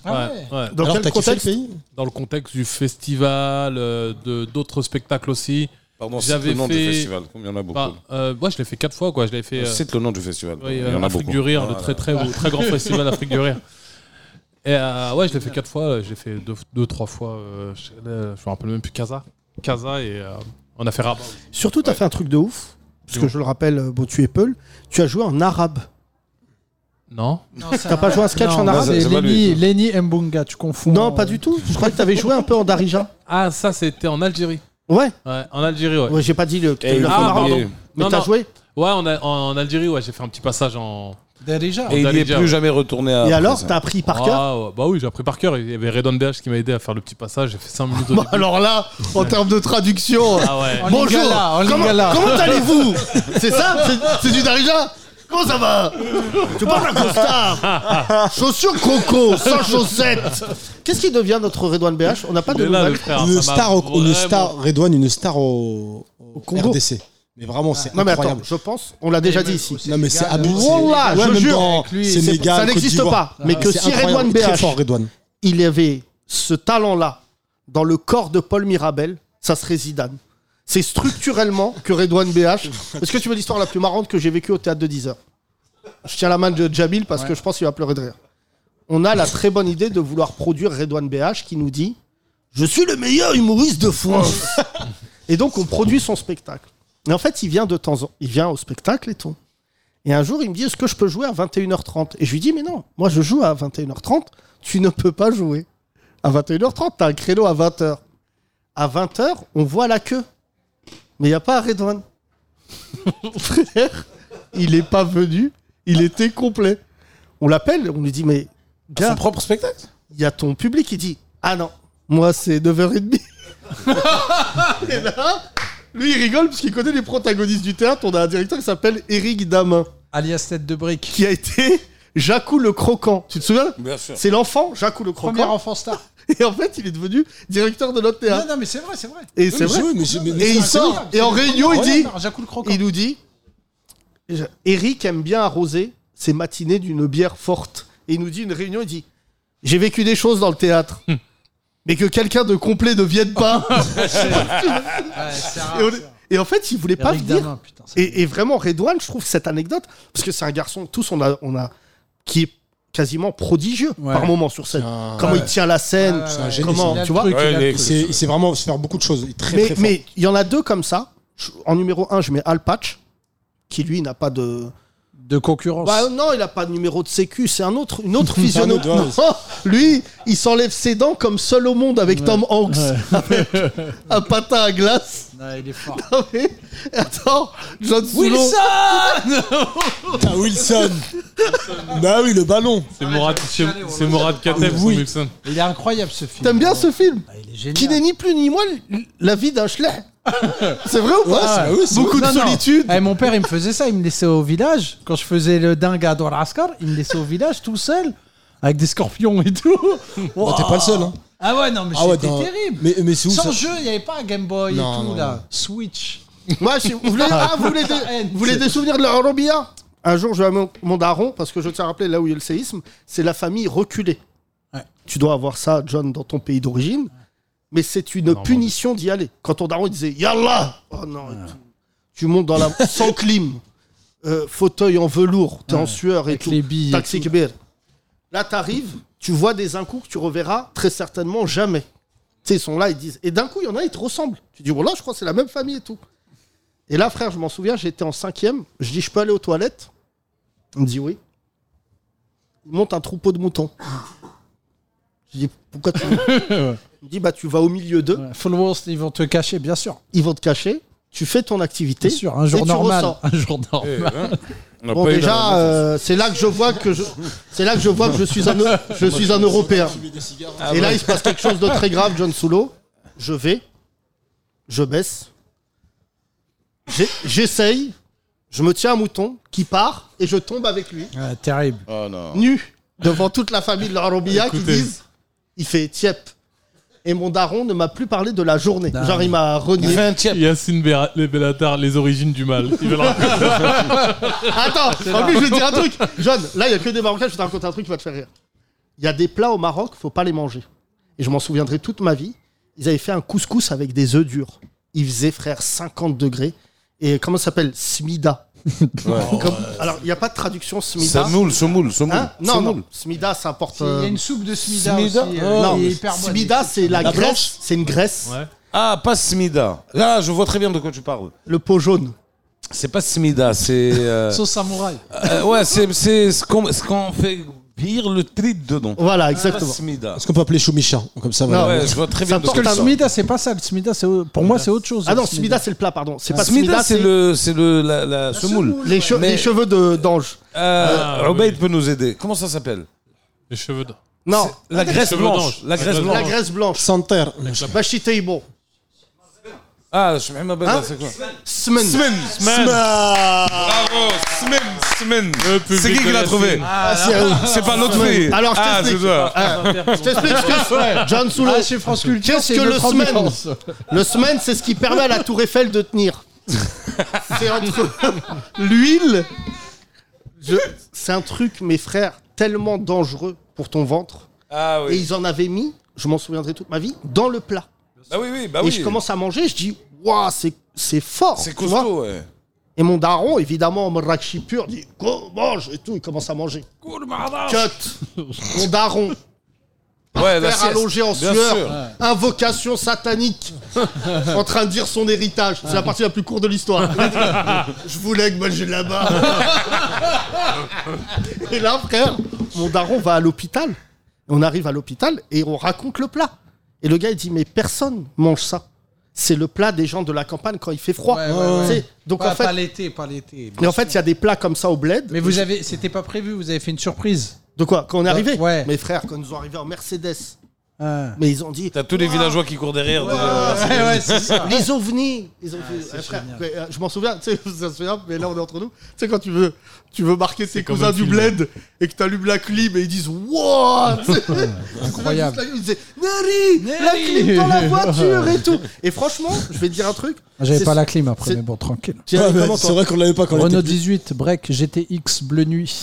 J: Ah ouais. Dans Alors, quel t'as kiffé contexte le pays
K: Dans le contexte du festival, euh, de d'autres spectacles aussi.
F: Pardon, cite
K: J'avais
F: le nom du
K: fait-
F: festival, comme il y en a beaucoup.
K: Bah, euh, moi, je l'ai fait quatre fois, quoi. Je l'ai fait.
F: Cite le nom du festival,
K: euh, Oui,
F: il y
K: euh,
F: en a
K: Afrique
F: beaucoup.
K: du rire, le
F: Ah,
K: très très
F: ouais.
K: beau, très grand festival Afrique du rire. Et euh, ouais, je l'ai fait quatre fois. Je l'ai fait deux, deux, trois fois. euh, je, euh, je me rappelle même plus Casa. Casa et euh, on a fait Rabat.
B: Surtout, t'as fait un truc de ouf. Parce que je le rappelle, euh, bon, tu es Peul. Tu as joué en arabe.
K: Non.
B: T'as pas joué un sketch
L: Non,
B: en arabe
L: C'est Lenny, Lenny Mbunga, tu confonds.
B: Non, pas du tout. Je crois que t'avais joué un peu en darija.
K: Ah, ça, c'était en Algérie.
B: Ouais.
K: Ouais, en Algérie, ouais.
B: Ouais, j'ai pas dit le.
K: Et
B: le-
K: ah,
B: le-
K: pardon.
B: Mais
K: Non,
B: t'as
K: non.
B: joué
K: Ouais, on a- en, en Algérie, ouais, j'ai fait un petit passage en.
L: Darija.
K: en
F: Et il n'y est
K: Darija,
F: plus
K: ouais.
F: jamais retourné à.
B: Et alors, t'as appris par cœur
K: Ah, ouais, Bah oui, j'ai appris par cœur. Il y avait Redon BH qui m'a aidé à faire le petit passage. J'ai fait 5 minutes au
B: Bon,
K: début.
B: alors là, en termes de traduction.
K: Ah ouais. En
B: Bonjour.
K: Lingala, en
B: comment,
K: Lingala.
B: *laughs* comment allez-vous C'est ça C'est- C'est du Darija Comment ça va Tu parles d'un costard Chaussures coco, sans chaussettes Qu'est-ce qui devient notre Redouane BH On n'a pas de nouvelles
K: Ah,
J: une star, au, une star, Redouane, une star au, au
B: Congo.
J: RDC. Mais vraiment, c'est
B: Non mais attends,
J: incroyable.
B: je pense, on l'a déjà dit ici.
J: Non mais c'est abusé.
B: Wallah,
J: Ouais,
B: je
J: même
B: jure,
J: dans
B: avec lui,
J: Sénégal,
B: ça
J: Côte
B: n'existe
J: d'Ivoire.
B: pas. Mais que
J: C'est
B: si
J: incroyable,
B: Redouane
J: Très
B: BH,
J: fort, Redouane.
B: il avait ce talent-là dans le corps de Paul Mirabel, ça serait Zidane. C'est structurellement que Redouane BH. Est-ce que tu veux l'histoire la plus marrante que j'ai vécue au théâtre de 10 heures Je tiens la main de Jamil parce que je pense qu'il va pleurer de rire. On a la très bonne idée de vouloir produire Redouane BH qui nous dit Je suis le meilleur humoriste de France. Et donc, on produit son spectacle. Et en fait, il vient de temps en Il vient au spectacle et tout. Et un jour, il me dit Est-ce que je peux jouer à 21h30 Et je lui dis Mais non, moi, je joue à 21h30. Tu ne peux pas jouer. À 21h30, tu as un créneau à 20h. À 20h, on voit la queue. Mais il n'y a pas Redouane. *laughs* Frère, il n'est pas venu. Il était complet. On l'appelle, on lui dit Mais. Gars, son propre spectacle Il y a ton public qui dit Ah non, moi, c'est 9h30. Et là, lui, il rigole parce qu'il connaît les protagonistes du théâtre. On a un directeur qui s'appelle Eric Damin.
L: Alias Tête de Brique.
B: Qui a été *laughs* Jacou le Croquant. Tu te souviens
F: Bien sûr.
B: C'est l'enfant, Jacou le Croquant.
L: Premier enfant star.
B: Et en fait, il est devenu directeur de notre théâtre.
L: Ah, Non, non, mais c'est vrai, c'est vrai.
B: Et
L: Oui,
B: c'est
L: mais
B: vrai.
L: oui, mais j'ai- mais- mais
B: et il
L: c'est
B: sort.
L: incroyable,
B: Et en
L: c'est
B: réunion, il dit.
L: incroyable, Jacques le Croquant.
B: Il nous dit. je- Eric aime bien arroser ses matinées d'une bière forte. Et il nous dit une réunion, il dit J'ai vécu des choses dans le théâtre. Mais que quelqu'un de complet ne vienne pas. et, on- et en fait, il voulait pas
L: Eric
B: venir.
L: Damin,
B: et, et vraiment, Redouane, je trouve cette anecdote, parce que c'est un garçon, tous on a, on a, qui est quasiment prodigieux par moment sur scène. Comment il tient la scène,
J: C'est un génie,
B: comment,
J: c'est un
B: tu vois.
J: truc, il a le truc. C'est- Il sait vraiment se faire beaucoup de choses. Il est très,
B: mais
J: très fort.
B: mais il y en a deux comme ça. Je- En numéro 1, je mets Al Patch, qui lui n'a pas de.
L: De concurrence.
B: Bah, non, il a pas de numéro de sécu, c'est un autre, une
J: *laughs*
B: autre
L: C'est un
B: physionomie.
L: autre, ouais.
B: Non, *laughs* lui, il s'enlève ses dents comme seul au monde avec Tom Hanks, *laughs* avec un patin à glace.
L: Non, il est fort.
B: Non, mais, attends, John Sulo.
J: Ah, Wilson Bah oui, le ballon
K: C'est Mourad,
L: Ah,
K: c'est Mourad Kateb, c'est Wilson.
L: Il est incroyable ce film.
B: T'aimes bien ce film
L: génial.
B: Qui n'est ni plus ni moins la vie d'un schlet. C'est vrai ou pas Beaucoup de
L: Non, non.
B: solitude.
L: Eh, mon père, il me faisait ça. Il me laissait au village. Quand je faisais le dingue à Douar Ascar, il me laissait au village tout seul. Avec des scorpions et tout. Wow.
J: t'es pas le seul, hein.
L: Ah ouais, non, mais
J: Ah ouais,
L: c'était
J: dans-
L: terrible.
J: Mais- mais c'est où,
L: Sans
J: ça
L: jeu, il n'y avait pas Game Boy
J: Non,
L: et tout,
J: non,
L: là. Switch.
B: Moi, je- vous voulez, ah, vous voulez des,
L: *laughs*
B: vous voulez des souvenirs de la Robia Un jour, je vais à mon, mon daron, parce que je tiens à rappeler là où il y a le séisme, c'est la famille reculée. Tu dois avoir ça, John, dans ton pays d'origine, mais c'est une punition d'y aller. Quand ton daron il disait Yallah Oh non, et tout. tu montes dans
L: *laughs*
B: la. sans clim, euh, fauteuil en velours, t'es en sueur et tout.
L: les billes et
B: Taxi
L: tout.
B: Kébir. Là, t'arrives, tu vois des incous que tu reverras très certainement jamais. Tu sais, ils sont là, ils disent. Et d'un coup, il y en a, ils te ressemblent. Tu dis, bon là, je crois que c'est la même famille et tout. Et là, frère, je m'en souviens, j'étais en cinquième. Je dis, je peux aller aux toilettes On me dit oui. Il monte un troupeau de moutons. Je dis,
L: *laughs*
B: pourquoi tu. Il me dit, bah, tu vas au milieu d'eux.
L: Followers, ils vont te cacher, bien sûr.
B: Ils vont te cacher. Tu fais ton activité.
L: Bien sûr, un jour
B: et tu
L: normal.
B: ressors.
L: *laughs* Un jour normal.
F: hein.
K: *laughs*
F: On a
B: Bon
F: pas eu
B: déjà,
F: la-
B: euh, c'est là que je vois que je, c'est là que je vois que je suis un, je suis un Européen.
F: Ah
B: Et là,
F: ouais.
B: il se passe quelque chose de très grave, John Soulo. Je vais, je baisse, J'ai- J'essaye, je me tiens un mouton qui part et je tombe avec lui,
L: Ah, terrible.
B: nu, devant toute la famille de la Robilla qui disent il fait tiep. Et mon daron ne m'a plus parlé de la journée. Genre, il m'a renié.
K: Yacine Béra- les Bellatar, les origines du mal. Il veut le raconter.
B: Attends,
K: C'est
B: en plus, je vais te dire un
K: marrant.
B: truc. John, là, il n'y a que des Marocains, je vais te raconter un truc qui va te faire rire. Il y a des plats au Maroc, faut pas les manger. Et je m'en souviendrai toute ma vie. Ils avaient fait un couscous avec des œufs durs. Il faisait, frère, 50 degrés. Et comment ça s'appelle Smida. *laughs* Comme- alors, il n'y a pas de traduction Smida.
F: Samoul, semoule, semoule.
B: Hein non,
F: semoule.
B: non, Smida, ça importe.
L: Il y a
B: euh,
L: une soupe de smida aussi, euh,
B: non,
L: qui est hyper bonne.
B: Smida, c'est la,
F: Oh. La blanche
B: graisse. C'est une graisse.
F: Ah, pas Smida. Là, je vois très bien de quoi tu parles.
B: Le pot jaune.
F: C'est pas Smida, c'est.
B: *laughs*
F: euh,
L: Sauce samouraï.
F: euh, ouais, c'est c'est ce qu'on ce qu'on fait pire le tri dedans.
B: Voilà,
F: Ah, Smida.
J: Est-ce qu'on peut appeler Choumicha Comme ça,
F: Non, ouais, je vois très bien de
L: Parce que
F: quoi
L: le
F: tu parles.
L: smida, c'est pas ça. Le smida, c'est au- pour moi, c'est autre chose.
B: Ah non,
L: le
B: Smida, c'est le plat, pardon. C'est pas
F: Ah,
B: Smida,
F: Smida, c'est le, c'est le, la, la semoule.
B: Les, che-
F: Mais,
B: les cheveux de- d'ange.
K: Ah,
F: euh, Obeid peut nous aider. Comment ça s'appelle
K: Les cheveux d'ange.
B: Non.
F: C'est la graisse
B: Les cheveux
F: blanche,
B: d'ange.
F: la graisse blanche.
B: La graisse blanche.
J: Santerre.
B: Bashi Teibo.
F: Ah, je me
B: Hein
F: c'est quoi
B: Smen.
F: Smen.
B: Smen.
F: Bravo, Smen, Smen. C'est qui
B: de
F: qui l'a
B: la
F: trouvé
B: Smen. Ah, c'est à vous.
F: C'est pas l'autre
B: Smen.
F: fille.
B: Alors, je
F: ah, c'est
B: t'explique.
F: toi.
B: Ah, je t'explique ce que
L: Ouais.
B: c'est. John Soulot.
L: Ah, chez France Culture,
B: Qu'est-ce
L: c'est
B: que
L: une
B: le
L: autre
B: Smen
L: ambiance.
B: Le Smen, c'est ce qui permet à la Tour Eiffel de
F: *laughs*
B: tenir. c'est entre l'huile. Je- C'est un truc, mes frères, tellement dangereux pour ton ventre.
F: Ah
B: Et
F: oui.
B: ils en avaient mis, je m'en souviendrai toute ma vie, dans le plat.
F: Bah oui, oui, bah
B: et
F: oui.
B: je commence à manger, je dis, waouh, c'est, c'est fort.
F: C'est
B: tu vois.
F: costaud, ouais.
B: Et mon daron, évidemment, en marachi pur, dit, go, mange et tout, il commence à manger.
F: *laughs*
B: Cut. mon daron.
F: Ouais, la
B: Père
F: sieste.
B: allongé en
F: Bien
B: sueur,
F: sûr.
L: *laughs*
B: invocation satanique, en train de dire son héritage. C'est la partie la plus courte
L: *laughs*
B: de l'histoire. Je voulais que moi j'ai là-bas. Et là, frère, mon daron va à l'hôpital. On arrive à l'hôpital et on raconte le plat. Et le gars, il dit Mais personne mange ça. C'est le plat des gens de la campagne quand il fait froid.
L: Ouais, ouais, ouais.
B: Tu sais, Donc
L: Pas-
B: en fait,
L: Pas l'été, pas l'été.
B: mais en fait, il y a des plats comme ça au bled.
L: Mais vous avez, c'était pas prévu, vous avez fait une surprise.
B: De quoi Quand on est arrivé
L: Ouais.
B: Mes frères, quand ils sont arrivés en Mercedes, mais ils ont dit.
F: T'as tous les
B: Ouah.
F: villageois qui courent derrière. euh. de-
B: Ah, *laughs* Les ovnis. Ils
K: Ah,
B: ont fait- eh, frère, mais, euh, je m'en souviens, *laughs* tu sais, ça se souvient, mais là on est entre nous. Tu sais, quand tu veux, tu veux marquer tes
K: comme
B: cousins
K: un
B: du
K: film.
B: bled et que t'allumes la clim et ils disent Wouah Tu sais, *laughs*
L: Incroyable.
B: juste la clim, Ils disaient Neri, la
L: Neri.
B: clim dans la voiture et
K: *laughs*
B: tout. Et franchement, je vais te dire un truc.
L: J'avais
B: c'est-
L: pas la clim après,
B: c'est-
L: mais bon, tranquille.
B: Tiens, Ouais, mais comment, toi c'est vrai
J: qu'on l'avait pas quand on
L: Renault
J: était plus-
L: 18, break, GTX, bleu nuit.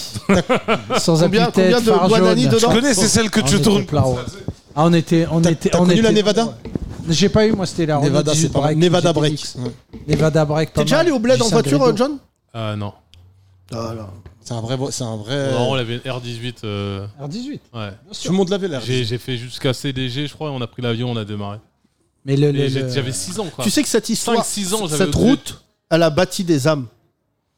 J: *laughs*
L: Sans
B: Combien-
L: appui-tête,
B: combien de
L: phare
B: Guadani
L: jaune.
B: dedans
F: Je connais, c'est celle que
L: On
F: tu
L: était
F: tournes.
L: plat, ouais. Ah, on était. On était
J: T'as
L: on
J: connu la
L: était-
J: Nevada
L: J'ai pas eu, moi, c'était la Renault
J: Nevada,
L: 18
J: c'est pas mal.
L: break,
J: Nevada
L: GTX.
J: Break.
L: Nevada break. pas
B: T'es déjà
L: mal.
B: allé au bled en
L: Gilles
B: voiture,
L: Saint-Grégoire.
B: euh, John
K: Euh, non.
J: Ah, C'est un vrai. vo- C'est un
B: Euh.
J: vrai.
K: Non, on l'avait R18. euh,
L: R18.
K: Ouais.
J: Tout le monde l'avait là.
K: J'ai j'ai fait jusqu'à CDG, je crois, et on a pris l'avion, on a démarré.
L: Mais le-
K: Et
L: le-
K: j'ai-
L: le-
K: J'avais 6 ans, quoi.
B: Tu sais que cette histoire,
K: 5-6 ans, j'avais.
B: cette
K: au-dessus.
B: route, elle a bâti des âmes.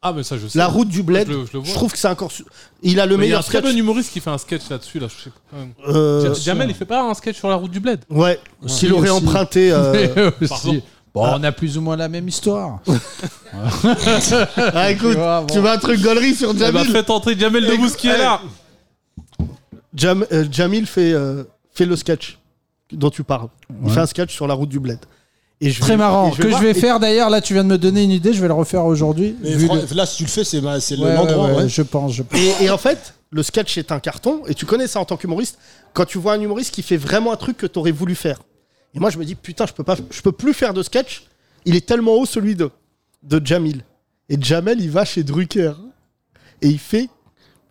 K: Ah, mais ça, je sais.
B: La route du bled,
K: Je le-
B: je,
K: je le vois.
B: trouve que c'est encore. su- Il a le
K: Mais Il y a un
B: meilleur
K: très
B: sketch.
K: bon humoriste qui fait un sketch là-dessus, là, je sais pas.
B: Euh,
K: Jamel, il fait pas un sketch sur la route du bled.
B: Ouais, s'il
L: Aussi.
B: aurait
K: *laughs*
L: *laughs*
B: emprunté. euh,
L: Aussi.
K: Pardon.
L: Bon, on a plus ou moins la même histoire.
B: Ah, écoute,
L: Tu vois,
B: *laughs* tu
L: bon.
B: vois un truc gaulerie sur
K: Eh ben,
B: Jamil.
K: faites entrer Jamel Debbouze qui est là.
B: Jam- euh, Jamil fait, euh, fait le sketch dont tu parles. Il
L: Ouais.
B: fait un sketch sur la route du bled. Et je
L: Très
B: vais-
L: marrant.
B: et
L: que
B: voir-
L: je vais
B: et-
L: faire d'ailleurs, là tu viens de me donner une idée, je vais le refaire aujourd'hui.
J: Mais
L: vu
J: Fran-
L: le-
J: Là, si tu le fais, c'est ma- c'est le-
L: Ouais,
J: l'endroit.
L: ouais, ouais,
J: ouais.
L: Je pense, je pense.
B: Et, et en fait, le sketch est un carton. Et tu connais ça en tant qu'humoriste. Quand tu vois un humoriste qui fait vraiment un truc que t'aurais voulu faire. Et moi, je me dis, putain, je peux, pas, je peux plus faire de sketch. Il est tellement haut celui de, de Jamil. Et Jamel, il va chez Drucker. Et il fait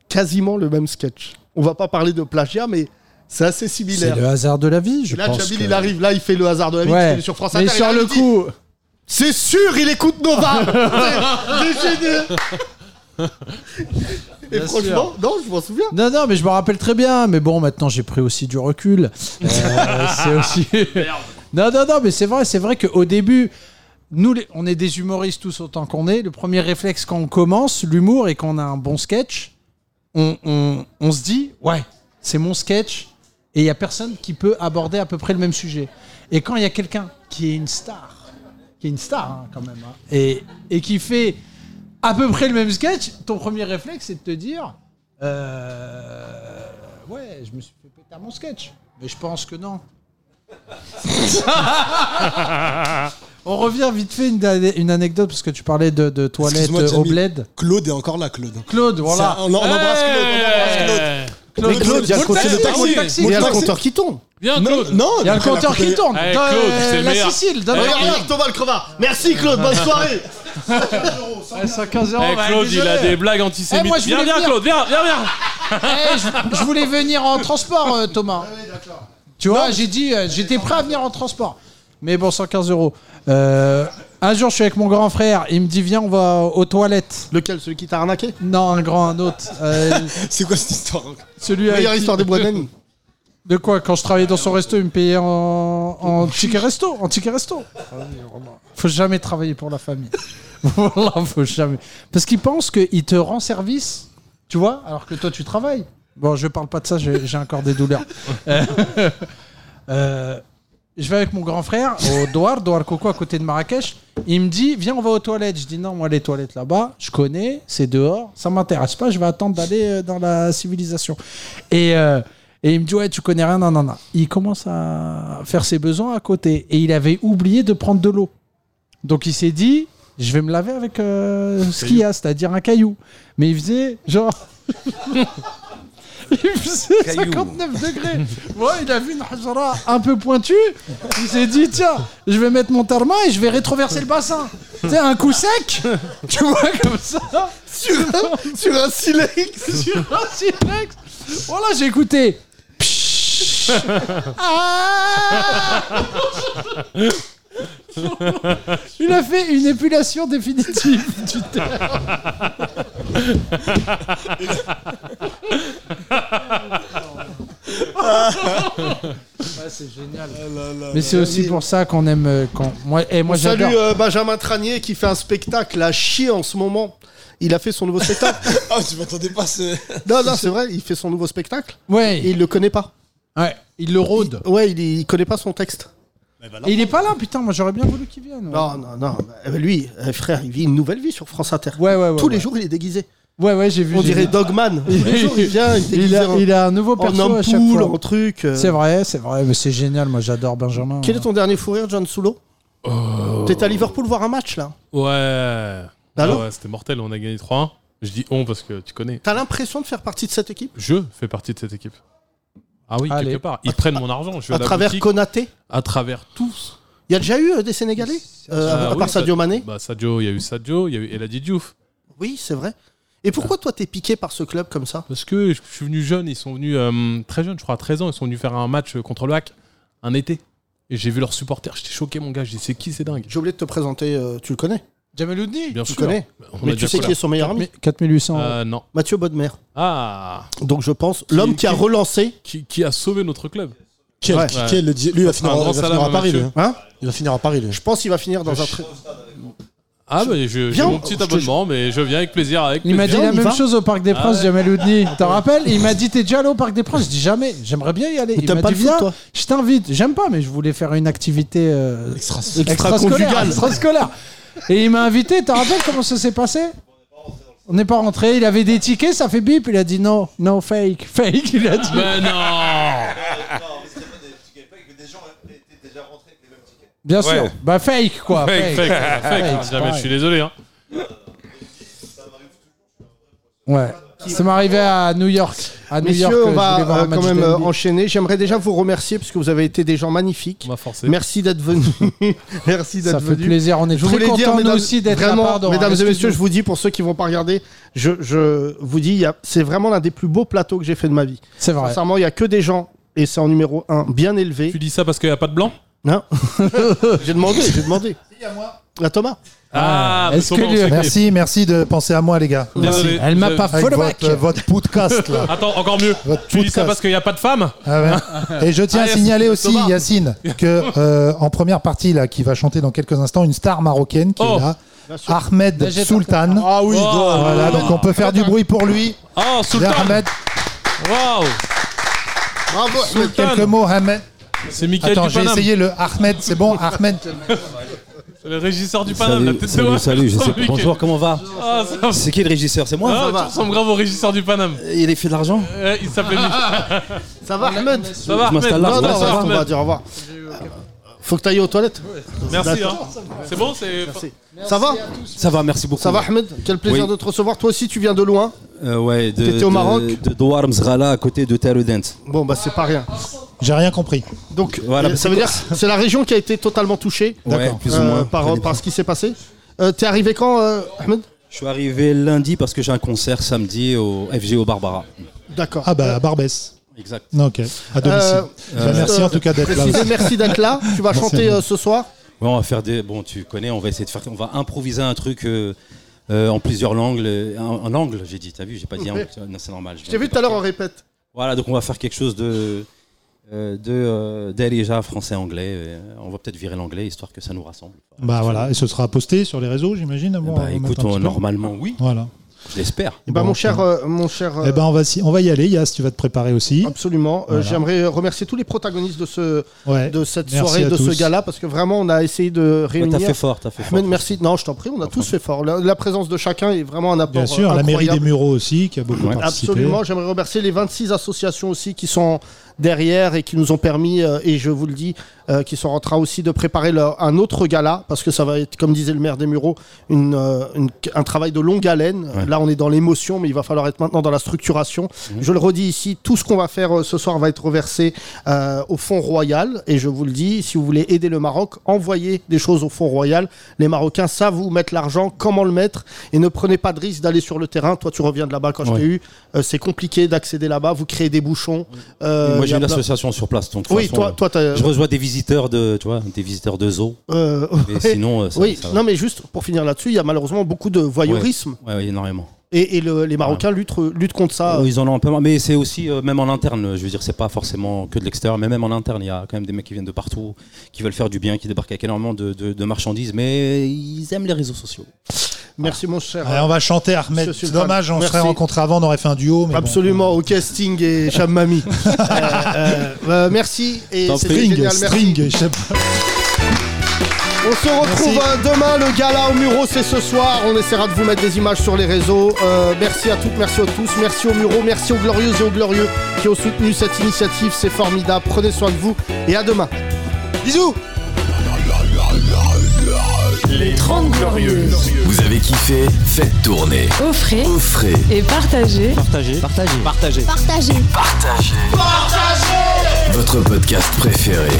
B: quasiment le même sketch. On va pas parler de plagiat, mais c'est assez
L: C'est
B: similaire.
L: le hasard de la vie, je
B: Là,
L: pense.
B: Jamil,
L: que-
B: il arrive, là, il fait le hasard de la vie,
L: Ouais.
B: il est sur France
L: Mais
B: Inter. il
L: sur
B: arrive,
L: le
B: il dit,
L: coup,
B: C'est sûr, il écoute Nova
L: *laughs*
B: C'est- c'est génial. Et
L: Bien
B: franchement, non, je m'en souviens.
L: Non, non, mais je me rappelle très bien. Mais bon, maintenant j'ai pris aussi du recul.
B: *laughs*
L: Euh, c'est aussi. *laughs* non, non, non, mais c'est vrai, c'est vrai qu'au début, nous, les- on est des humoristes tous autant qu'on est. Le premier réflexe quand on commence l'humour et qu'on a un bon sketch, on, on- on se dit, ouais, c'est mon sketch. Et il n'y a personne qui peut aborder à peu près le même sujet. Et quand il y a quelqu'un qui est une star, qui est une star hein, quand même, hein, et, et qui fait à peu près le même sketch, ton premier réflexe, c'est de te dire euh, Ouais, je me suis fait péter à mon sketch. Mais je pense que non. On revient vite fait une, ane- une anecdote parce que tu parlais de, de toilettes
J: Excuse-moi,
L: au
J: Jamil.
L: bled.
J: Claude est encore là, Claude.
L: Claude, voilà.
J: Ça, on, on embrasse Claude. On embrasse Claude.
L: Claude, Mais Claude, il y a le
J: Monte
L: côté de taxi.
J: Monte
L: Il y a le
J: taxi.
L: compteur qui
B: tourne.
K: Viens,
J: Claude. Non,
L: Il y a le
J: après,
L: compteur
J: après,
L: qui tourne.
J: après,
L: Dans,
J: Claude,
L: euh,
J: c'est le
L: la
J: meilleur.
L: Sicile. dans-
B: Regarde, regarde, Thomas le crevard. Merci Claude, bonne soirée.
L: Ouais, 115 euros,
K: Eh,
L: bah,
K: Claude, il
L: désolé.
K: a des blagues antisémites.
L: Eh, moi, je
K: viens,
L: voulais
K: viens,
L: venir.
K: Claude, viens, viens, viens.
L: Eh, je, je voulais venir en transport, euh, Thomas. Tu vois, j'ai dit, euh, j'étais prêt à venir en transport. Mais bon, 115 euros. Euh, un jour, je suis avec mon grand frère. Il me dit, viens, on va aux toilettes.
B: Lequel Celui qui t'a arnaqué
L: Non, un grand, un autre. Euh,
J: *laughs* C'est quoi cette histoire
L: Celui
B: Meilleure
L: avec qui-
B: histoire des bois d'amis.
L: De quoi Quand je travaillais dans son resto, il me payait en, en ticket resto. En ticket resto. Faut jamais travailler pour la famille. *laughs* voilà, faut jamais. Parce qu'il pense qu'il te rend service, tu vois, alors que toi tu travailles. Bon, je parle pas de ça, j'ai j'ai encore des douleurs. Euh, euh, je vais avec mon grand frère au Douar, Douar Coco à côté de Marrakech. Il me dit, viens, on va aux toilettes. Je dis, non, moi, les toilettes là-bas, je connais, c'est dehors, ça m'intéresse pas, je vais attendre d'aller euh, dans la civilisation. Et, euh, et il me dit, ouais, tu connais rien, non, non, non. Il commence à faire ses besoins à côté. Et il avait oublié de prendre de l'eau. Donc il s'est dit, je vais me laver avec euh, ce qu'il y a, c'est-à-dire un caillou. Mais il faisait genre. il faisait
D: Caillou.
L: 59 degrés. Ouais, il a vu une hajra un peu pointue. Il s'est dit, tiens, je vais mettre mon tarma et je vais rétroverser le bassin. Tu sais, un coup sec, tu vois, comme ça. sur,
B: sur un silex.
L: sur un silex. Voilà, j'ai écouté. Ah. Il a fait une épulation définitive du terrain. c'est génial.
B: Ah
L: Mais c'est aussi pour ça qu'on aime. euh, Qu'on... Moi, et moi
B: On salue
L: j'adore.
B: euh, Benjamin Tranier qui fait un spectacle à chier en ce moment. Il a fait son nouveau spectacle.
J: Ah, je m'attendais pas. C'est...
B: non, non, c'est vrai, il fait son nouveau spectacle.
L: Ouais.
B: Et euh, il le connaît pas.
L: Ouais, il le rôde.
B: ouais, il, il connaît pas son texte.
L: Et il est pas là, putain. Moi j'aurais bien voulu qu'il vienne. ouais.
B: Non, non, non. Eh ben, Lui, euh, frère, il vit une nouvelle vie sur France Inter.
L: Ouais, ouais, ouais,
B: Tous les
L: ouais.
B: jours, il est déguisé.
L: Ouais, ouais, j'ai vu.
B: On
L: j'ai
B: dirait
L: vu. *laughs*
B: Dogman. Tous les jours, il vient, il est
L: il,
B: déguisé
L: a,
B: en-
L: il a hein. un nouveau
B: en
L: perso
B: homme
L: à chaque
B: poule,
L: fois.
B: en truc. euh.
L: C'est vrai, c'est vrai, mais c'est génial. Moi, j'adore Benjamin.
B: Quel est ton dernier fou rire, John Soulo T'étais à Liverpool voir un match, là
K: Ouais.
B: Alors
K: Euh, Ah ouais, C'était mortel, on a gagné 3-1. Je dis on parce que tu connais.
B: T'as l'impression de faire partie de cette équipe
K: Je fais partie de cette équipe. Ah oui,
B: Allez.
K: quelque part. Ils prennent mon argent. Je vais
B: À
K: la
B: travers
K: boutique.
B: Konaté
K: À travers tous.
B: Il y a déjà eu euh, des Sénégalais Euh,
K: Ah
B: À
K: oui,
B: part Sadio
K: Sa-
B: Mané
K: bah, Sadio, il y a eu Sadio, il y a eu Eladi Diouf.
B: Oui, c'est vrai. Et pourquoi toi, t'es piqué par ce club comme ça
K: Parce que je je suis venu jeune, ils sont venus euh, très jeunes, je crois à 13 ans, ils sont venus faire un match euh, contre le hack un été. Et j'ai vu leurs supporters, j'étais choqué mon gars, j'ai dit c'est qui, c'est dingue.
B: J'ai oublié de te présenter, euh, tu le connais
L: Jamel Oudni
K: Bien
B: Tu
K: sûr. Bah,
B: connais
K: On
B: Mais
K: a
B: tu
K: déjà
B: sais qui
K: collab-
B: est son meilleur ami
L: 4800.
K: Euh, non.
B: Mathieu Bodmer.
K: Ah
B: Donc je pense, l'homme qui a relancé.
K: Qui, qui a sauvé notre club.
J: Quel,
K: Ouais.
J: quel- lui, il va
K: Un
J: finir,
K: grand
J: il va
K: salam
J: finir à Paris, lui.
K: Mathieu.
J: hein. il va finir à Paris, lui.
B: Je pense qu'il va finir dans un très-
K: Ah, bah, je- j'ai
B: Viens,
K: mon petit
B: je te-
K: abonnement, mais je viens avec plaisir. Avec
L: Il m'a dit
K: plaisir.
L: la même chose au Parc des
K: Ah
L: Princes,
K: ouais. *laughs*
L: Jamel Oudni. T'en rappelles Il m'a dit T'es déjà allé au Parc des Princes Je dis jamais, j'aimerais bien y aller. Il
B: t'aimes
L: m'a
B: pas
L: dit
B: le
L: Viens,
B: foot, toi
L: je t'invite. J'aime pas, mais je voulais faire une activité euh, extrascolaire.
B: Extra-conjugale.
L: extrascolaire. Et il m'a invité. T'en rappelles comment ça s'est passé on n'est pas rentré, il avait des tickets, ça fait bip, il a dit non, non, fake, fake, il a dit.
K: Mais non
L: Bien
K: Ouais.
L: sûr, bah fake quoi.
K: Fake, fake, fake,
L: Fake,
K: Jamais,
L: c'est pareil.
K: je suis désolé. Hein.
L: Ouais. Ça m'est arrivé à New York. À New York,
B: Messieurs, on
L: je voulais voir
B: va
L: un
B: euh,
L: match
B: quand même
L: de
B: euh,
L: NBA.
B: enchaîner. J'aimerais déjà vous remercier parce que vous avez été des gens magnifiques. Merci d'être
J: *laughs*
B: venus. Merci d'être
L: Ça
B: venus.
L: fait plaisir, on est
B: Je
L: très
B: voulais
L: contents,
B: dire,
L: nous
B: mesdames-
L: aussi, d'être là,
B: vraiment,
L: pardon, hein,
B: Mesdames et
L: excuse-nous.
B: messieurs, je vous dis pour ceux qui vont pas regarder, je, je vous dis, il y a- c'est vraiment l'un des plus beaux plateaux que j'ai fait de ma vie.
L: C'est vrai.
B: Sincèrement, il y a que des gens et c'est en numéro 1 bien élevé.
K: Tu dis ça parce qu'il n'y a pas de blanc
J: *laughs*
B: Non. j'ai demandé, j'ai demandé. À Thomas.
L: bah,
K: Ah, mais
N: Est-ce que
K: Thomas, on
N: lui-
K: s'est
N: Merci, merci de penser à moi, les gars.
K: Désolé.
N: Merci.
K: Elle m'a pas
N: Avec
K: follow back.
N: votre, euh, votre podcast,
K: *laughs*
N: là.
K: Attends, encore mieux. Tu dis ça parce qu'il n'y a pas de femme
N: Ah ouais. Et je tiens
K: Ah,
N: à
K: yes,
N: signaler aussi,
K: Thomas.
N: Yacine, que euh, en première partie, là, qui va chanter dans quelques instants, une star marocaine qui
K: Oh.
N: est là, Ahmed Sultan. Ah
K: oui, Oh. gros.
N: voilà, donc on peut faire du bruit pour lui.
K: Oh, Sultan
N: Ahmed,
K: Waouh
B: Bravo
N: quelques mots, Ahmed.
K: C'est Michael
N: Attends,
K: du
N: j'ai
K: Paname.
N: essayé le Ahmed, c'est bon, Ahmed.
K: C'est le régisseur du Paname, la
O: Salut,
K: tête de
O: salut, salut, je sais pas. Bonjour, comment on va
K: Ah, ça va.
O: C'est qui le régisseur C'est moi
K: Ah, tu ressembles grave au régisseur du Paname.
O: Il est fait de l'argent
K: Euh, il s'appelle.
B: Ça va, Ahmed
K: Ça va,
O: Je m'installe
K: Ahmed
O: là,
B: Non,
O: ça va,
B: non, reste,
O: ça
B: on
O: va.
B: va dire au revoir. Faut que t'ailles aux toilettes.
K: Merci. hein.
B: D'accord.
K: C'est bon, c'est.
B: Ça va
O: Ça va, merci beaucoup.
B: Ça va, Ahmed Quel plaisir
O: Oui.
B: de te recevoir. Toi aussi, tu viens de loin.
O: Euh, ouais, de,
B: T'étais au
O: de-
B: Maroc
O: De Douarm Zrala à côté de Tarodent.
B: Bon, bah, c'est pas rien.
N: J'ai rien compris.
B: Donc,
O: Voilà, bah,
B: euh, ça
O: c'est
B: veut
O: quoi
B: dire que c'est la région qui a été totalement touchée euh,
O: Ouais, D'accord. plus ou moins. Ça
B: par,
O: dépend.
B: par ce qui s'est passé. Euh, T'es arrivé quand, euh, Ahmed
O: Je suis arrivé lundi parce que j'ai un concert samedi au FGO Barbara.
B: D'accord.
N: Ah bah, à Barbès.
O: Exact.
N: Ok, à domicile.
B: Euh,
N: Bah, merci
B: euh,
N: en tout cas d'être là.
B: préciser,
N: aussi.
B: Merci d'être là. Tu vas
N: Merci à
B: chanter
N: vous.
B: euh, ce soir.
O: Ouais, on va faire des. Bon, tu connais, on va essayer de faire. On va improviser un truc euh, euh, en plusieurs langues. euh, En, en angle, j'ai dit. T'as vu, j'ai pas dit. en-
B: Ouais.
O: Non, c'est normal.
B: Je t'ai vu tout à l'heure, on répète.
O: Voilà, donc on va faire quelque chose de. euh, de euh, Derija français-anglais. euh, on va peut-être virer l'anglais histoire que ça nous rassemble.
N: Bah voilà, et ce sera posté sur les réseaux, j'imagine. avant,
O: Bah,
N: on
O: écoute,
N: attend un
O: on-
N: petit peu.
O: normalement, oui.
N: Voilà.
O: Je l'espère.
B: Eh ben, mon cher, euh, mon cher.
N: Eh ben on va, s'y- on va y aller, Yas, tu vas te préparer aussi.
B: *coughs* Absolument. Euh,
N: Voilà.
B: J'aimerais euh, remercier tous les protagonistes de, ce,
N: Ouais.
B: de cette
N: Merci
B: soirée,
N: à
B: de
N: tous.
B: ce gala, parce que vraiment, on a essayé de réunir.
O: fait fort, t'as fait fort,
B: Ahmed, merci. Non, je t'en prie, on a tous fait fort. La, la présence de chacun est vraiment un apport.
N: Bien sûr,
B: euh,
N: la mairie des
B: incroyable.
N: Mureaux aussi, qui a beaucoup participé.
B: Absolument. J'aimerais remercier les 26 associations aussi qui sont derrière et qui nous ont permis, euh, et je vous le dis, euh, qui sont en train aussi de préparer leur- un autre gala, parce que ça va être, comme disait le maire des Mureaux, une, euh, une- un travail de longue haleine. Là, on est dans l'émotion, mais il va falloir être maintenant dans la structuration. Je le redis ici, tout ce qu'on va faire euh, ce soir va être reversé euh, au Fonds Royal, et je vous le dis, si vous voulez aider le Maroc, envoyez des choses au Fonds Royal. Les Marocains savent où mettre l'argent, comment le mettre, et ne prenez pas de risque d'aller sur le terrain. Toi, tu reviens de là-bas quand je
O: Ouais.
B: t'ai eu. Euh, c'est compliqué d'accéder là-bas, vous créez des bouchons. Euh,
O: Moi
B: il y
O: j'ai
B: a
O: une
B: plein-
O: association sur place, donc de
B: Oui,
O: toute
B: toi-
O: façon,
B: toi, t'as-
O: je reçois des visiteurs de, tu vois, des visiteurs de zoo.
B: Euh,
O: Mais
B: ouais.
O: sinon, euh, ça-
B: oui,
O: ça va.
B: non, mais juste pour finir là-dessus, il y a malheureusement beaucoup de voyeurisme.
O: Ouais, ouais, énormément.
B: Et, et le- les Marocains luttent, luttent contre ça.
O: Ils en ont un peu marre, mais c'est aussi euh, même en interne. Je veux dire, c'est pas forcément que de l'extérieur, mais même en interne, il y a quand même des mecs qui viennent de partout, qui veulent faire du bien, qui débarquent avec énormément de, de- de marchandises, mais ils aiment les réseaux sociaux.
B: Merci mon
O: Ah,
B: cher.
N: Allez, on va chanter Ahmed.
B: Monsieur
N: C'est
B: Sultan.
N: dommage, on
B: Merci.
N: serait rencontrés avant, on aurait fait un duo. Mais bon.
B: Absolument, au casting
N: *laughs*
B: et Chab Mami. Euh, euh, euh, merci et
N: Dans
B: c'était
N: String,
B: génial, merci.
N: String, et Chab-
B: On se retrouve euh, demain, le gala au Muro, c'est ce soir. On essaiera de vous mettre des images sur les réseaux. Euh, merci à toutes, merci à tous, merci au Muro, merci aux Glorieuses et aux Glorieux qui ont soutenu cette initiative. C'est formidable. Prenez soin de vous et à demain. Bisous
A: Les 30 Glorieuses. Vous avez kiffé Faites tourner.
E: Offrez,
A: Offrez.
E: et partagez.
O: Partagez. Partagez. Partagez.
E: Partagez.
A: Votre podcast préféré.